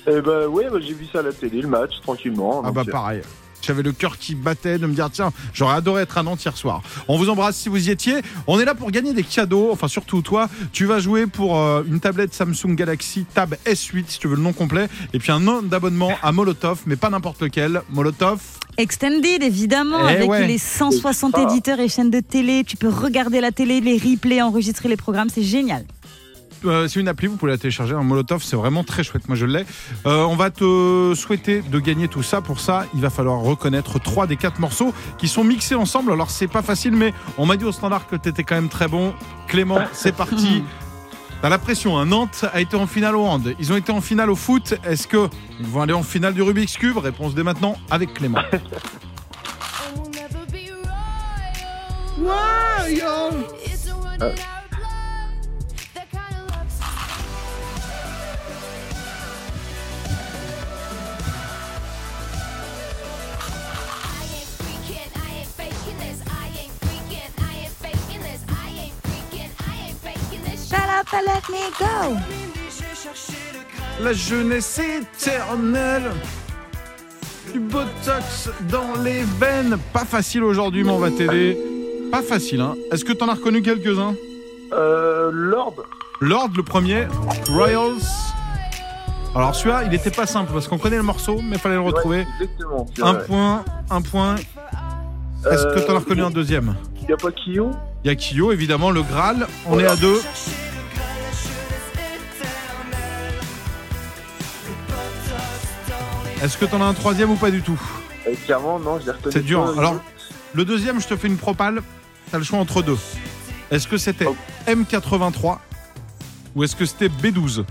[SPEAKER 11] Eh ben ouais, bah, j'ai vu ça à la télé, le match, tranquillement.
[SPEAKER 3] Ah
[SPEAKER 11] donc,
[SPEAKER 3] bah
[SPEAKER 11] euh,
[SPEAKER 3] pareil. J'avais le cœur qui battait de me dire tiens j'aurais adoré être à Nantes hier soir. On vous embrasse si vous y étiez. On est là pour gagner des cadeaux. Enfin surtout toi, tu vas jouer pour euh, une tablette Samsung Galaxy Tab S8 si tu veux le nom complet et puis un an d'abonnement à Molotov mais pas n'importe lequel. Molotov.
[SPEAKER 4] Extended, évidemment,
[SPEAKER 3] Eh
[SPEAKER 4] avec
[SPEAKER 3] ouais.
[SPEAKER 4] les 160
[SPEAKER 11] Ah.
[SPEAKER 4] éditeurs et chaînes de télé. Tu peux regarder la télé, les replays, enregistrer les programmes. C'est génial.
[SPEAKER 3] Euh, c'est une appli, vous pouvez la télécharger. Un Molotov, c'est vraiment très chouette. Moi, je l'ai. Euh, on va te souhaiter de gagner tout ça. Pour ça, il va falloir reconnaître trois des quatre morceaux qui sont mixés ensemble. Alors, c'est pas facile, mais on m'a dit au standard que t'étais quand même très bon. Clément, c'est parti. T'as la pression. Hein. Nantes a été en finale au hand. Ils ont été en finale au foot. Est-ce que ils vont aller en finale du Rubik's Cube Réponse dès maintenant avec Clément. La jeunesse éternelle. Du botox dans les veines. Pas facile aujourd'hui, mais on va t'aider. Pas facile, hein. Est-ce que t'en as reconnu quelques-uns
[SPEAKER 11] euh, Lord,
[SPEAKER 3] Lord, le premier. Royals. Alors celui-là, il n'était pas simple parce qu'on connaît le morceau, mais fallait le retrouver.
[SPEAKER 11] ouais, exactement. c'est
[SPEAKER 3] Un
[SPEAKER 11] vrai.
[SPEAKER 3] point, un point. Est-ce que
[SPEAKER 11] Euh,
[SPEAKER 3] t'en as reconnu un deuxième
[SPEAKER 11] Y a pas Kyo
[SPEAKER 3] Il y a Kyo, évidemment, le Graal. On est à deux. Est-ce que t'en as un troisième ou pas du tout
[SPEAKER 11] Eh, Clairement, non, je les reconnais
[SPEAKER 3] C'est dur,
[SPEAKER 11] pas,
[SPEAKER 3] hein.
[SPEAKER 11] mais-
[SPEAKER 3] Alors- Le deuxième, je te fais une propale. T'as le choix entre deux. Est-ce que c'était
[SPEAKER 11] Oh.
[SPEAKER 3] M83 ou est-ce que c'était B12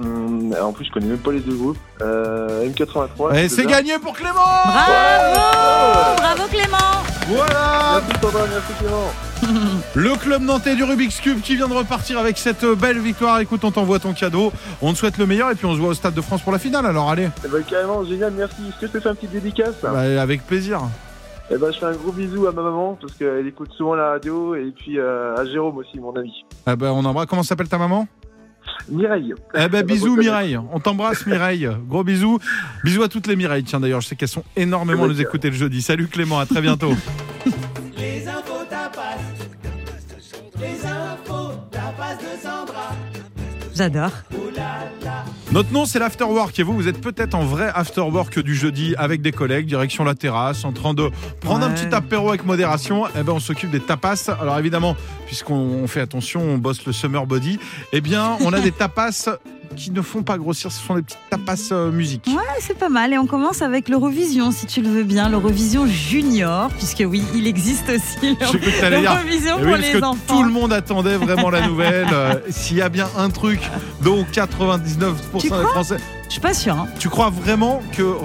[SPEAKER 11] Hum, en plus, je connais même pas les deux groupes. Euh, M83.
[SPEAKER 3] Eh, C'est
[SPEAKER 11] bien.
[SPEAKER 3] gagné pour Clément
[SPEAKER 4] Bravo Bravo Clément
[SPEAKER 3] Voilà
[SPEAKER 11] Merci Sandra, merci Clément.
[SPEAKER 3] Le club nantais du Rubik's Cube qui vient de repartir avec cette belle victoire. Écoute, on t'envoie ton cadeau. On te souhaite le meilleur et puis on se voit au Stade de France pour la finale. Alors allez,
[SPEAKER 11] Eh ben carrément, génial, merci. Est-ce que je te fais un petit dédicace
[SPEAKER 3] Bah, avec plaisir.
[SPEAKER 11] Eh ben, je fais un gros bisou à ma maman parce qu'elle écoute souvent la radio et puis euh, à Jérôme aussi, mon ami.
[SPEAKER 3] Ah bah, on embrasse. Comment s'appelle ta maman
[SPEAKER 11] Mireille.
[SPEAKER 3] Eh ben
[SPEAKER 11] Elle m'a
[SPEAKER 3] bisous
[SPEAKER 11] beaucoup aidé.
[SPEAKER 3] Mireille, on t'embrasse Mireille, gros bisous, bisous à toutes les Mireilles. Tiens d'ailleurs, je sais qu'elles sont énormément à nous écouter le jeudi. Salut Clément, à très bientôt.
[SPEAKER 4] J'adore.
[SPEAKER 3] Notre nom, c'est l'afterwork. Et vous, vous êtes peut-être en vrai afterwork du jeudi avec des collègues, direction la terrasse, en train de prendre un
[SPEAKER 4] Ouais.
[SPEAKER 3] petit apéro avec modération. Eh ben, on s'occupe des tapas. Alors évidemment, puisqu'on fait attention, on bosse le summer body. Eh bien, on a des tapas qui ne font pas grossir. Ce sont des petites tapas euh, musique.
[SPEAKER 4] Ouais, Ah, c'est pas mal. Et on commence avec l'Eurovision, si tu le veux bien. L'Eurovision Junior, puisque oui, il existe aussi
[SPEAKER 3] J'ai cru que t'allais dire.
[SPEAKER 4] l'Eurovision
[SPEAKER 3] Eh oui,
[SPEAKER 4] pour
[SPEAKER 3] parce
[SPEAKER 4] les
[SPEAKER 3] que
[SPEAKER 4] enfants.
[SPEAKER 3] tout le monde attendait vraiment la nouvelle. Euh, S'il y a bien un truc dont 99%
[SPEAKER 4] Tu
[SPEAKER 3] des
[SPEAKER 4] crois
[SPEAKER 3] Français.
[SPEAKER 4] Je suis pas hein. sûr.
[SPEAKER 3] Tu crois vraiment que euh,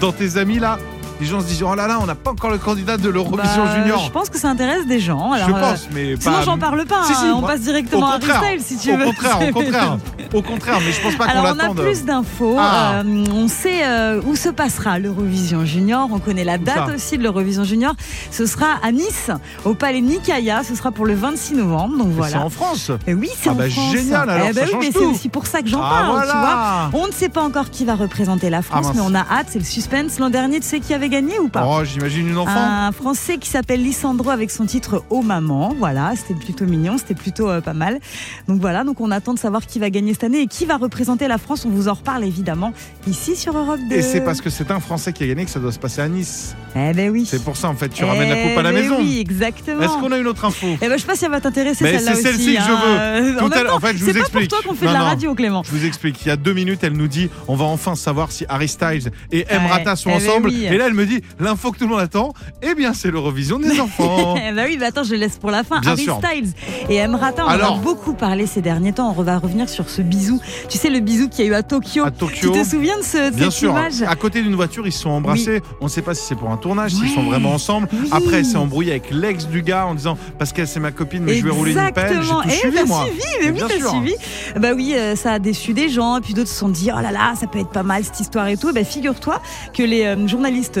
[SPEAKER 3] dans tes amis là, les gens se disent oh là là, on n'a pas encore le candidat de l'Eurovision
[SPEAKER 4] Bah,
[SPEAKER 3] Junior.
[SPEAKER 4] Je pense que ça intéresse des gens. Alors,
[SPEAKER 3] Je
[SPEAKER 4] euh,
[SPEAKER 3] pense, mais
[SPEAKER 4] Sinon,
[SPEAKER 3] pas-
[SPEAKER 4] j'en parle pas.
[SPEAKER 3] Si,
[SPEAKER 4] hein.
[SPEAKER 3] si,
[SPEAKER 4] on
[SPEAKER 3] moi-
[SPEAKER 4] passe directement
[SPEAKER 3] au
[SPEAKER 4] à
[SPEAKER 3] contraire,
[SPEAKER 4] Ristyle, si tu
[SPEAKER 3] au
[SPEAKER 4] veux.
[SPEAKER 3] contraire, au contraire, au contraire, mais je pense pas qu'on
[SPEAKER 4] Alors, on a
[SPEAKER 3] l'attende.
[SPEAKER 4] plus d'infos.
[SPEAKER 3] Ah.
[SPEAKER 4] Euh, on sait euh, où se passera l'Eurovision Junior. On connaît la date
[SPEAKER 3] ça
[SPEAKER 4] aussi de l'Eurovision Junior. Ce sera à Nice, au Palais Nicaïa. Ce sera pour le 26 novembre. Donc
[SPEAKER 3] Mais
[SPEAKER 4] voilà.
[SPEAKER 3] C'est en France.
[SPEAKER 4] Eh oui, c'est
[SPEAKER 3] ah
[SPEAKER 4] en
[SPEAKER 3] bah,
[SPEAKER 4] France.
[SPEAKER 3] Génial, alors
[SPEAKER 4] Eh bah
[SPEAKER 3] ça
[SPEAKER 4] oui,
[SPEAKER 3] change
[SPEAKER 4] mais c'est
[SPEAKER 3] tout.
[SPEAKER 4] aussi pour ça que j'en
[SPEAKER 3] Ah,
[SPEAKER 4] parle, tu
[SPEAKER 3] voilà.
[SPEAKER 4] vois. On ne sait pas encore qui va représenter la France,
[SPEAKER 3] Ah,
[SPEAKER 4] mais
[SPEAKER 3] mince.
[SPEAKER 4] on a hâte, c'est le suspense. L'an dernier, tu sais qui avait gagné ou pas
[SPEAKER 3] Oh, j'imagine une enfant.
[SPEAKER 4] un Français qui s'appelle Lissandro avec son titre Oh Maman. Voilà, c'était plutôt mignon, c'était plutôt euh, pas mal. Donc voilà, donc on attend de savoir qui va gagner cette année et qui va représenter la France. On vous en reparle évidemment ici sur Europe 2.
[SPEAKER 3] Et c'est parce que c'est un Français qui a gagné que ça doit se passer à Nice.
[SPEAKER 4] Eh ben oui.
[SPEAKER 3] C'est pour ça en fait, tu
[SPEAKER 4] Eh
[SPEAKER 3] ramènes la coupe à la
[SPEAKER 4] ben
[SPEAKER 3] maison.
[SPEAKER 4] Oui, exactement.
[SPEAKER 3] Est-ce qu'on a une autre info
[SPEAKER 4] Eh ben, je sais pas si elle va t'intéresser
[SPEAKER 3] Mais
[SPEAKER 4] celle-là
[SPEAKER 3] c'est
[SPEAKER 4] aussi.
[SPEAKER 3] celle-ci que je
[SPEAKER 4] hein.
[SPEAKER 3] veux.
[SPEAKER 4] Euh,
[SPEAKER 3] Tout
[SPEAKER 4] en
[SPEAKER 3] à
[SPEAKER 4] même
[SPEAKER 3] l'heure- en
[SPEAKER 4] temps,
[SPEAKER 3] fait, je vous
[SPEAKER 4] c'est pas pour
[SPEAKER 3] explique.
[SPEAKER 4] toi qu'on fait
[SPEAKER 3] Non,
[SPEAKER 4] de la
[SPEAKER 3] non.
[SPEAKER 4] radio, Clément.
[SPEAKER 3] Je vous explique. Il y a deux minutes, elle nous dit on va enfin savoir si Harry Styles et Emrata sont
[SPEAKER 4] eh ben
[SPEAKER 3] ensemble.
[SPEAKER 4] oui.
[SPEAKER 3] Et là, elle me dit l'info que tout le monde attend, eh bien, c'est l'Eurovision des enfants.
[SPEAKER 4] Eh ben oui, mais attends, je le laisse pour la fin.
[SPEAKER 3] Bien
[SPEAKER 4] Harry
[SPEAKER 3] sûr.
[SPEAKER 4] Styles et Emrata, on en
[SPEAKER 3] Alors.
[SPEAKER 4] a beaucoup parlé ces derniers temps. On va revenir sur ce bisou. Tu sais, le bisou qu'il y a eu à Tokyo.
[SPEAKER 3] À Tokyo.
[SPEAKER 4] Tu te souviens de ce, de
[SPEAKER 3] Bien
[SPEAKER 4] cette
[SPEAKER 3] sûr, Ah,
[SPEAKER 4] image
[SPEAKER 3] à côté d'une voiture, ils se sont embrassés. On ne sait pas si c'est pour un tournage, s'ils sont
[SPEAKER 4] Ouais.
[SPEAKER 3] vraiment ensemble.
[SPEAKER 4] Oui.
[SPEAKER 3] Après, elle s'est embrouillée avec l'ex du gars en disant Pascal, c'est ma copine, mais je vais rouler une pelle. J'ai
[SPEAKER 4] Exactement.
[SPEAKER 3] tout
[SPEAKER 4] Eh,
[SPEAKER 3] suivi,
[SPEAKER 4] t'as
[SPEAKER 3] moi.
[SPEAKER 4] suivi, mais oui,
[SPEAKER 3] bien
[SPEAKER 4] t'as
[SPEAKER 3] sûr.
[SPEAKER 4] suivi. Bah oui, euh, ça a déçu des gens. Et puis d'autres se sont dit, oh là là, ça peut être pas mal cette histoire et tout. Et bah, figure-toi que les euh, journalistes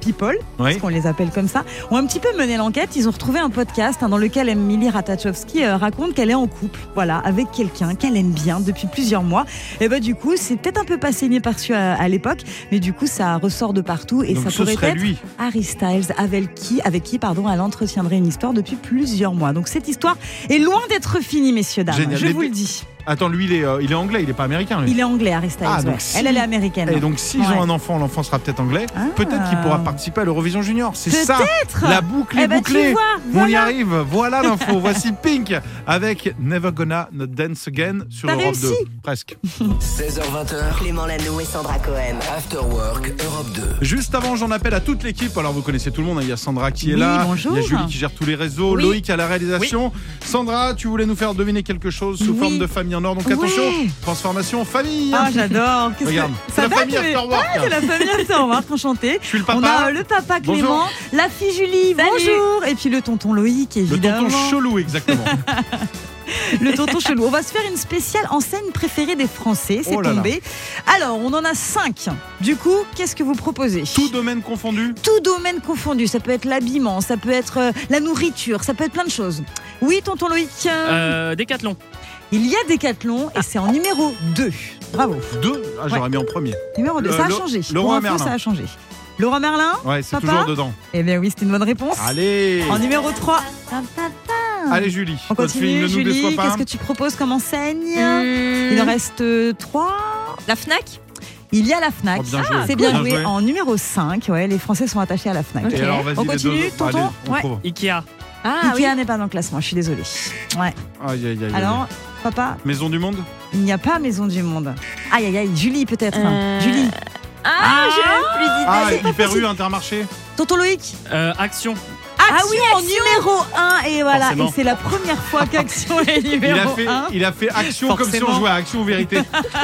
[SPEAKER 4] People,
[SPEAKER 3] Oui.
[SPEAKER 4] parce qu'on les appelle comme ça, ont un petit peu mené l'enquête. Ils ont retrouvé un podcast hein, dans lequel Emily Ratajkowski euh, raconte qu'elle est en couple, voilà, avec quelqu'un qu'elle aime bien depuis plusieurs mois. Et bah du coup, c'est peut-être un peu passé inaperçu à, à l'époque, mais du coup, ça ressort de partout et
[SPEAKER 3] Donc,
[SPEAKER 4] ça
[SPEAKER 3] ce
[SPEAKER 4] pourrait
[SPEAKER 3] serait
[SPEAKER 4] être
[SPEAKER 3] lui.
[SPEAKER 4] Harry Styles, avec qui, avec qui pardon, elle entretiendrait une histoire depuis plusieurs mois. Donc cette histoire est loin d'être finie, messieurs, dames.
[SPEAKER 3] Génial.
[SPEAKER 4] Je
[SPEAKER 3] Les
[SPEAKER 4] vous le
[SPEAKER 3] deux-
[SPEAKER 4] dis.
[SPEAKER 3] Attends, lui, il est, euh, il est anglais, il n'est pas américain. lui.
[SPEAKER 4] Il est anglais, Harry Styles.
[SPEAKER 3] Ah, donc
[SPEAKER 4] ouais.
[SPEAKER 3] si-
[SPEAKER 4] Elle, elle est américaine.
[SPEAKER 3] Et donc, s'ils
[SPEAKER 4] Ouais. Ah.
[SPEAKER 3] ont un enfant, l'enfant sera peut-être anglais. Peut-être qu'il pourra participer à l'Eurovision Junior. C'est ça.
[SPEAKER 4] Peut-être.
[SPEAKER 3] La boucle est
[SPEAKER 4] Eh ben, tu
[SPEAKER 3] bouclée.
[SPEAKER 4] vois,
[SPEAKER 3] On y
[SPEAKER 4] voilà.
[SPEAKER 3] arrive. Voilà l'info. Voici Pink avec Never Gonna Not Dance Again sur
[SPEAKER 1] T'as
[SPEAKER 3] Europe
[SPEAKER 1] réussi
[SPEAKER 3] 2. Presque.
[SPEAKER 2] 16h20h,
[SPEAKER 1] Clément Lano et Sandra Cohen.
[SPEAKER 2] After Work Europe 2.
[SPEAKER 3] Juste avant, j'en appelle à toute l'équipe. Alors, vous connaissez tout le monde. hein. Il y a Sandra qui est
[SPEAKER 4] Oui,
[SPEAKER 3] là.
[SPEAKER 4] bonjour.
[SPEAKER 3] Il y a Julie qui gère tous les réseaux.
[SPEAKER 4] Oui.
[SPEAKER 3] Loïc à la réalisation. Sandra, tu voulais nous faire deviner quelque chose sous
[SPEAKER 4] Oui.
[SPEAKER 3] forme de famille en or. Donc, attention,
[SPEAKER 4] Ouais.
[SPEAKER 3] transformation en famille.
[SPEAKER 4] Ah, j'adore. Qu'est-ce que-
[SPEAKER 3] Regarde, c'est
[SPEAKER 4] Ça
[SPEAKER 3] la
[SPEAKER 4] date,
[SPEAKER 3] famille
[SPEAKER 4] mais-
[SPEAKER 3] After Work.
[SPEAKER 4] Ouais, c'est la famille Afterwork, enchanté.
[SPEAKER 3] Je suis le papa.
[SPEAKER 4] On a euh, le papa
[SPEAKER 3] Bonjour.
[SPEAKER 4] Clément, la fille Julie, bonjour. Et puis le tonton Loïc,
[SPEAKER 3] Le
[SPEAKER 4] évidemment.
[SPEAKER 3] tonton chelou, exactement.
[SPEAKER 4] Le tonton chelou. On va se faire une spéciale enseigne préférée des Français. C'est
[SPEAKER 3] Oh là là.
[SPEAKER 4] tombé. Alors, on en a cinq. Du coup, qu'est-ce que vous proposez
[SPEAKER 3] tout domaine confondu.
[SPEAKER 4] Tout domaine confondu. Ça peut être l'habillement, ça peut être euh, la nourriture, ça peut être plein de choses. Oui, tonton Loïc euh,
[SPEAKER 12] Euh, Décathlon.
[SPEAKER 4] Il y a Décathlon et c'est en numéro 2. Bravo.
[SPEAKER 3] Deux Ah, j'aurais
[SPEAKER 4] Ouais.
[SPEAKER 3] mis en premier.
[SPEAKER 4] Numéro 2.
[SPEAKER 3] Le-
[SPEAKER 4] Ça a
[SPEAKER 3] le-
[SPEAKER 4] changé. Pour
[SPEAKER 3] Euh, Laurent
[SPEAKER 4] info,
[SPEAKER 3] Merlin.
[SPEAKER 4] ça a changé. Laurent Merlin
[SPEAKER 3] Ouais, c'est
[SPEAKER 4] Papa
[SPEAKER 3] toujours dedans.
[SPEAKER 4] Eh bien oui, c'est une bonne réponse.
[SPEAKER 3] Allez
[SPEAKER 4] En numéro 3.
[SPEAKER 3] Allez, Julie.
[SPEAKER 4] Ah. On
[SPEAKER 3] notre fille,
[SPEAKER 4] continue,
[SPEAKER 3] ne nous déçois
[SPEAKER 4] Julie.
[SPEAKER 3] pas.
[SPEAKER 4] Qu'est-ce que tu proposes comme enseigne Il en reste 3.
[SPEAKER 10] La FNAC
[SPEAKER 4] Il y a la Fnac.
[SPEAKER 3] Oh, bien joué.
[SPEAKER 4] c'est bien,
[SPEAKER 3] Bien
[SPEAKER 4] joué.
[SPEAKER 3] joué.
[SPEAKER 4] En numéro 5, ouais, les Français sont attachés à la Fnac.
[SPEAKER 3] Et alors, vas-y,
[SPEAKER 4] on
[SPEAKER 3] les
[SPEAKER 4] continue,
[SPEAKER 3] deux autres.
[SPEAKER 4] tonton
[SPEAKER 3] Allez, on
[SPEAKER 4] Ouais.
[SPEAKER 3] trouve.
[SPEAKER 12] Ikea.
[SPEAKER 10] Ah
[SPEAKER 4] Ikea n'est pas dans le classement, je suis désolée. Ouais.
[SPEAKER 3] Aïe, aïe, aïe, aïe.
[SPEAKER 4] Alors, papa,
[SPEAKER 3] Maison du Monde
[SPEAKER 4] il n'y a pas Maison du Monde. Aïe, aïe, aïe, Julie peut-être.
[SPEAKER 10] Euh,
[SPEAKER 4] Julie.
[SPEAKER 10] Ah, j'ai même plus d'idées.
[SPEAKER 3] Ah,
[SPEAKER 4] c'est pas
[SPEAKER 3] Hyper
[SPEAKER 4] possible.
[SPEAKER 3] U, Intermarché
[SPEAKER 4] Tonton Loïc
[SPEAKER 12] Euh, action.
[SPEAKER 4] Ah oui, en numéro 1 et voilà,
[SPEAKER 12] Forcément.
[SPEAKER 4] et c'est la première fois qu'Action est
[SPEAKER 3] il a,
[SPEAKER 4] numéro
[SPEAKER 3] fait,
[SPEAKER 4] 1.
[SPEAKER 3] il a fait action comme si
[SPEAKER 4] hein. Forcément.
[SPEAKER 3] on jouait à action ou vérité.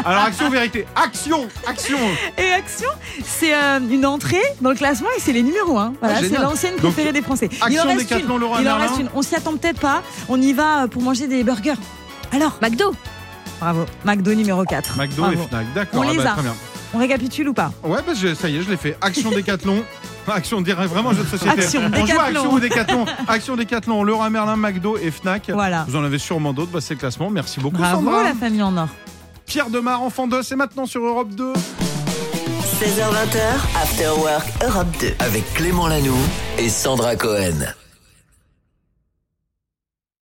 [SPEAKER 3] Alors action ou vérité, action, action.
[SPEAKER 4] Et Action, c'est euh, une entrée dans le classement et c'est les numéros 1. Voilà,
[SPEAKER 3] Ah,
[SPEAKER 4] c'est
[SPEAKER 3] génial.
[SPEAKER 4] l'ancienne
[SPEAKER 3] Donc,
[SPEAKER 4] préférée des Français. il en
[SPEAKER 3] Action,
[SPEAKER 4] reste
[SPEAKER 3] Décathlon,
[SPEAKER 4] une.
[SPEAKER 3] Laurent
[SPEAKER 4] Il en
[SPEAKER 3] Merlin.
[SPEAKER 4] reste une. On s'y attend peut-être pas. On y va euh, pour manger des burgers. Alors,
[SPEAKER 10] McDo.
[SPEAKER 4] bravo. McDo numéro 4.
[SPEAKER 3] McDo et
[SPEAKER 4] Bravo.
[SPEAKER 3] Fnac,
[SPEAKER 4] On
[SPEAKER 3] d'accord. ah
[SPEAKER 4] les
[SPEAKER 3] bah,
[SPEAKER 4] a.
[SPEAKER 3] Très bien.
[SPEAKER 4] On récapitule ou pas
[SPEAKER 3] Ouais, bah, je- ça y est, je l'ai fait. Action Décathlon. Action, on dirait vraiment jeu de société.
[SPEAKER 4] Action,
[SPEAKER 3] on joue à
[SPEAKER 4] Décathlon.
[SPEAKER 3] Action ou Décathlon. Action Décathlon, Laurent Merlin, McDo et Fnac.
[SPEAKER 4] Voilà.
[SPEAKER 3] Vous en avez sûrement d'autres, bah, c'est le classement. Merci beaucoup
[SPEAKER 4] Bravo
[SPEAKER 3] Sandra.
[SPEAKER 4] la famille en or.
[SPEAKER 3] Pierre Demar, enfant 2, c'est maintenant sur Europe 2.
[SPEAKER 1] 16h20, After Work Europe 2.
[SPEAKER 2] Avec Clément Lanoux et Sandra Cohen.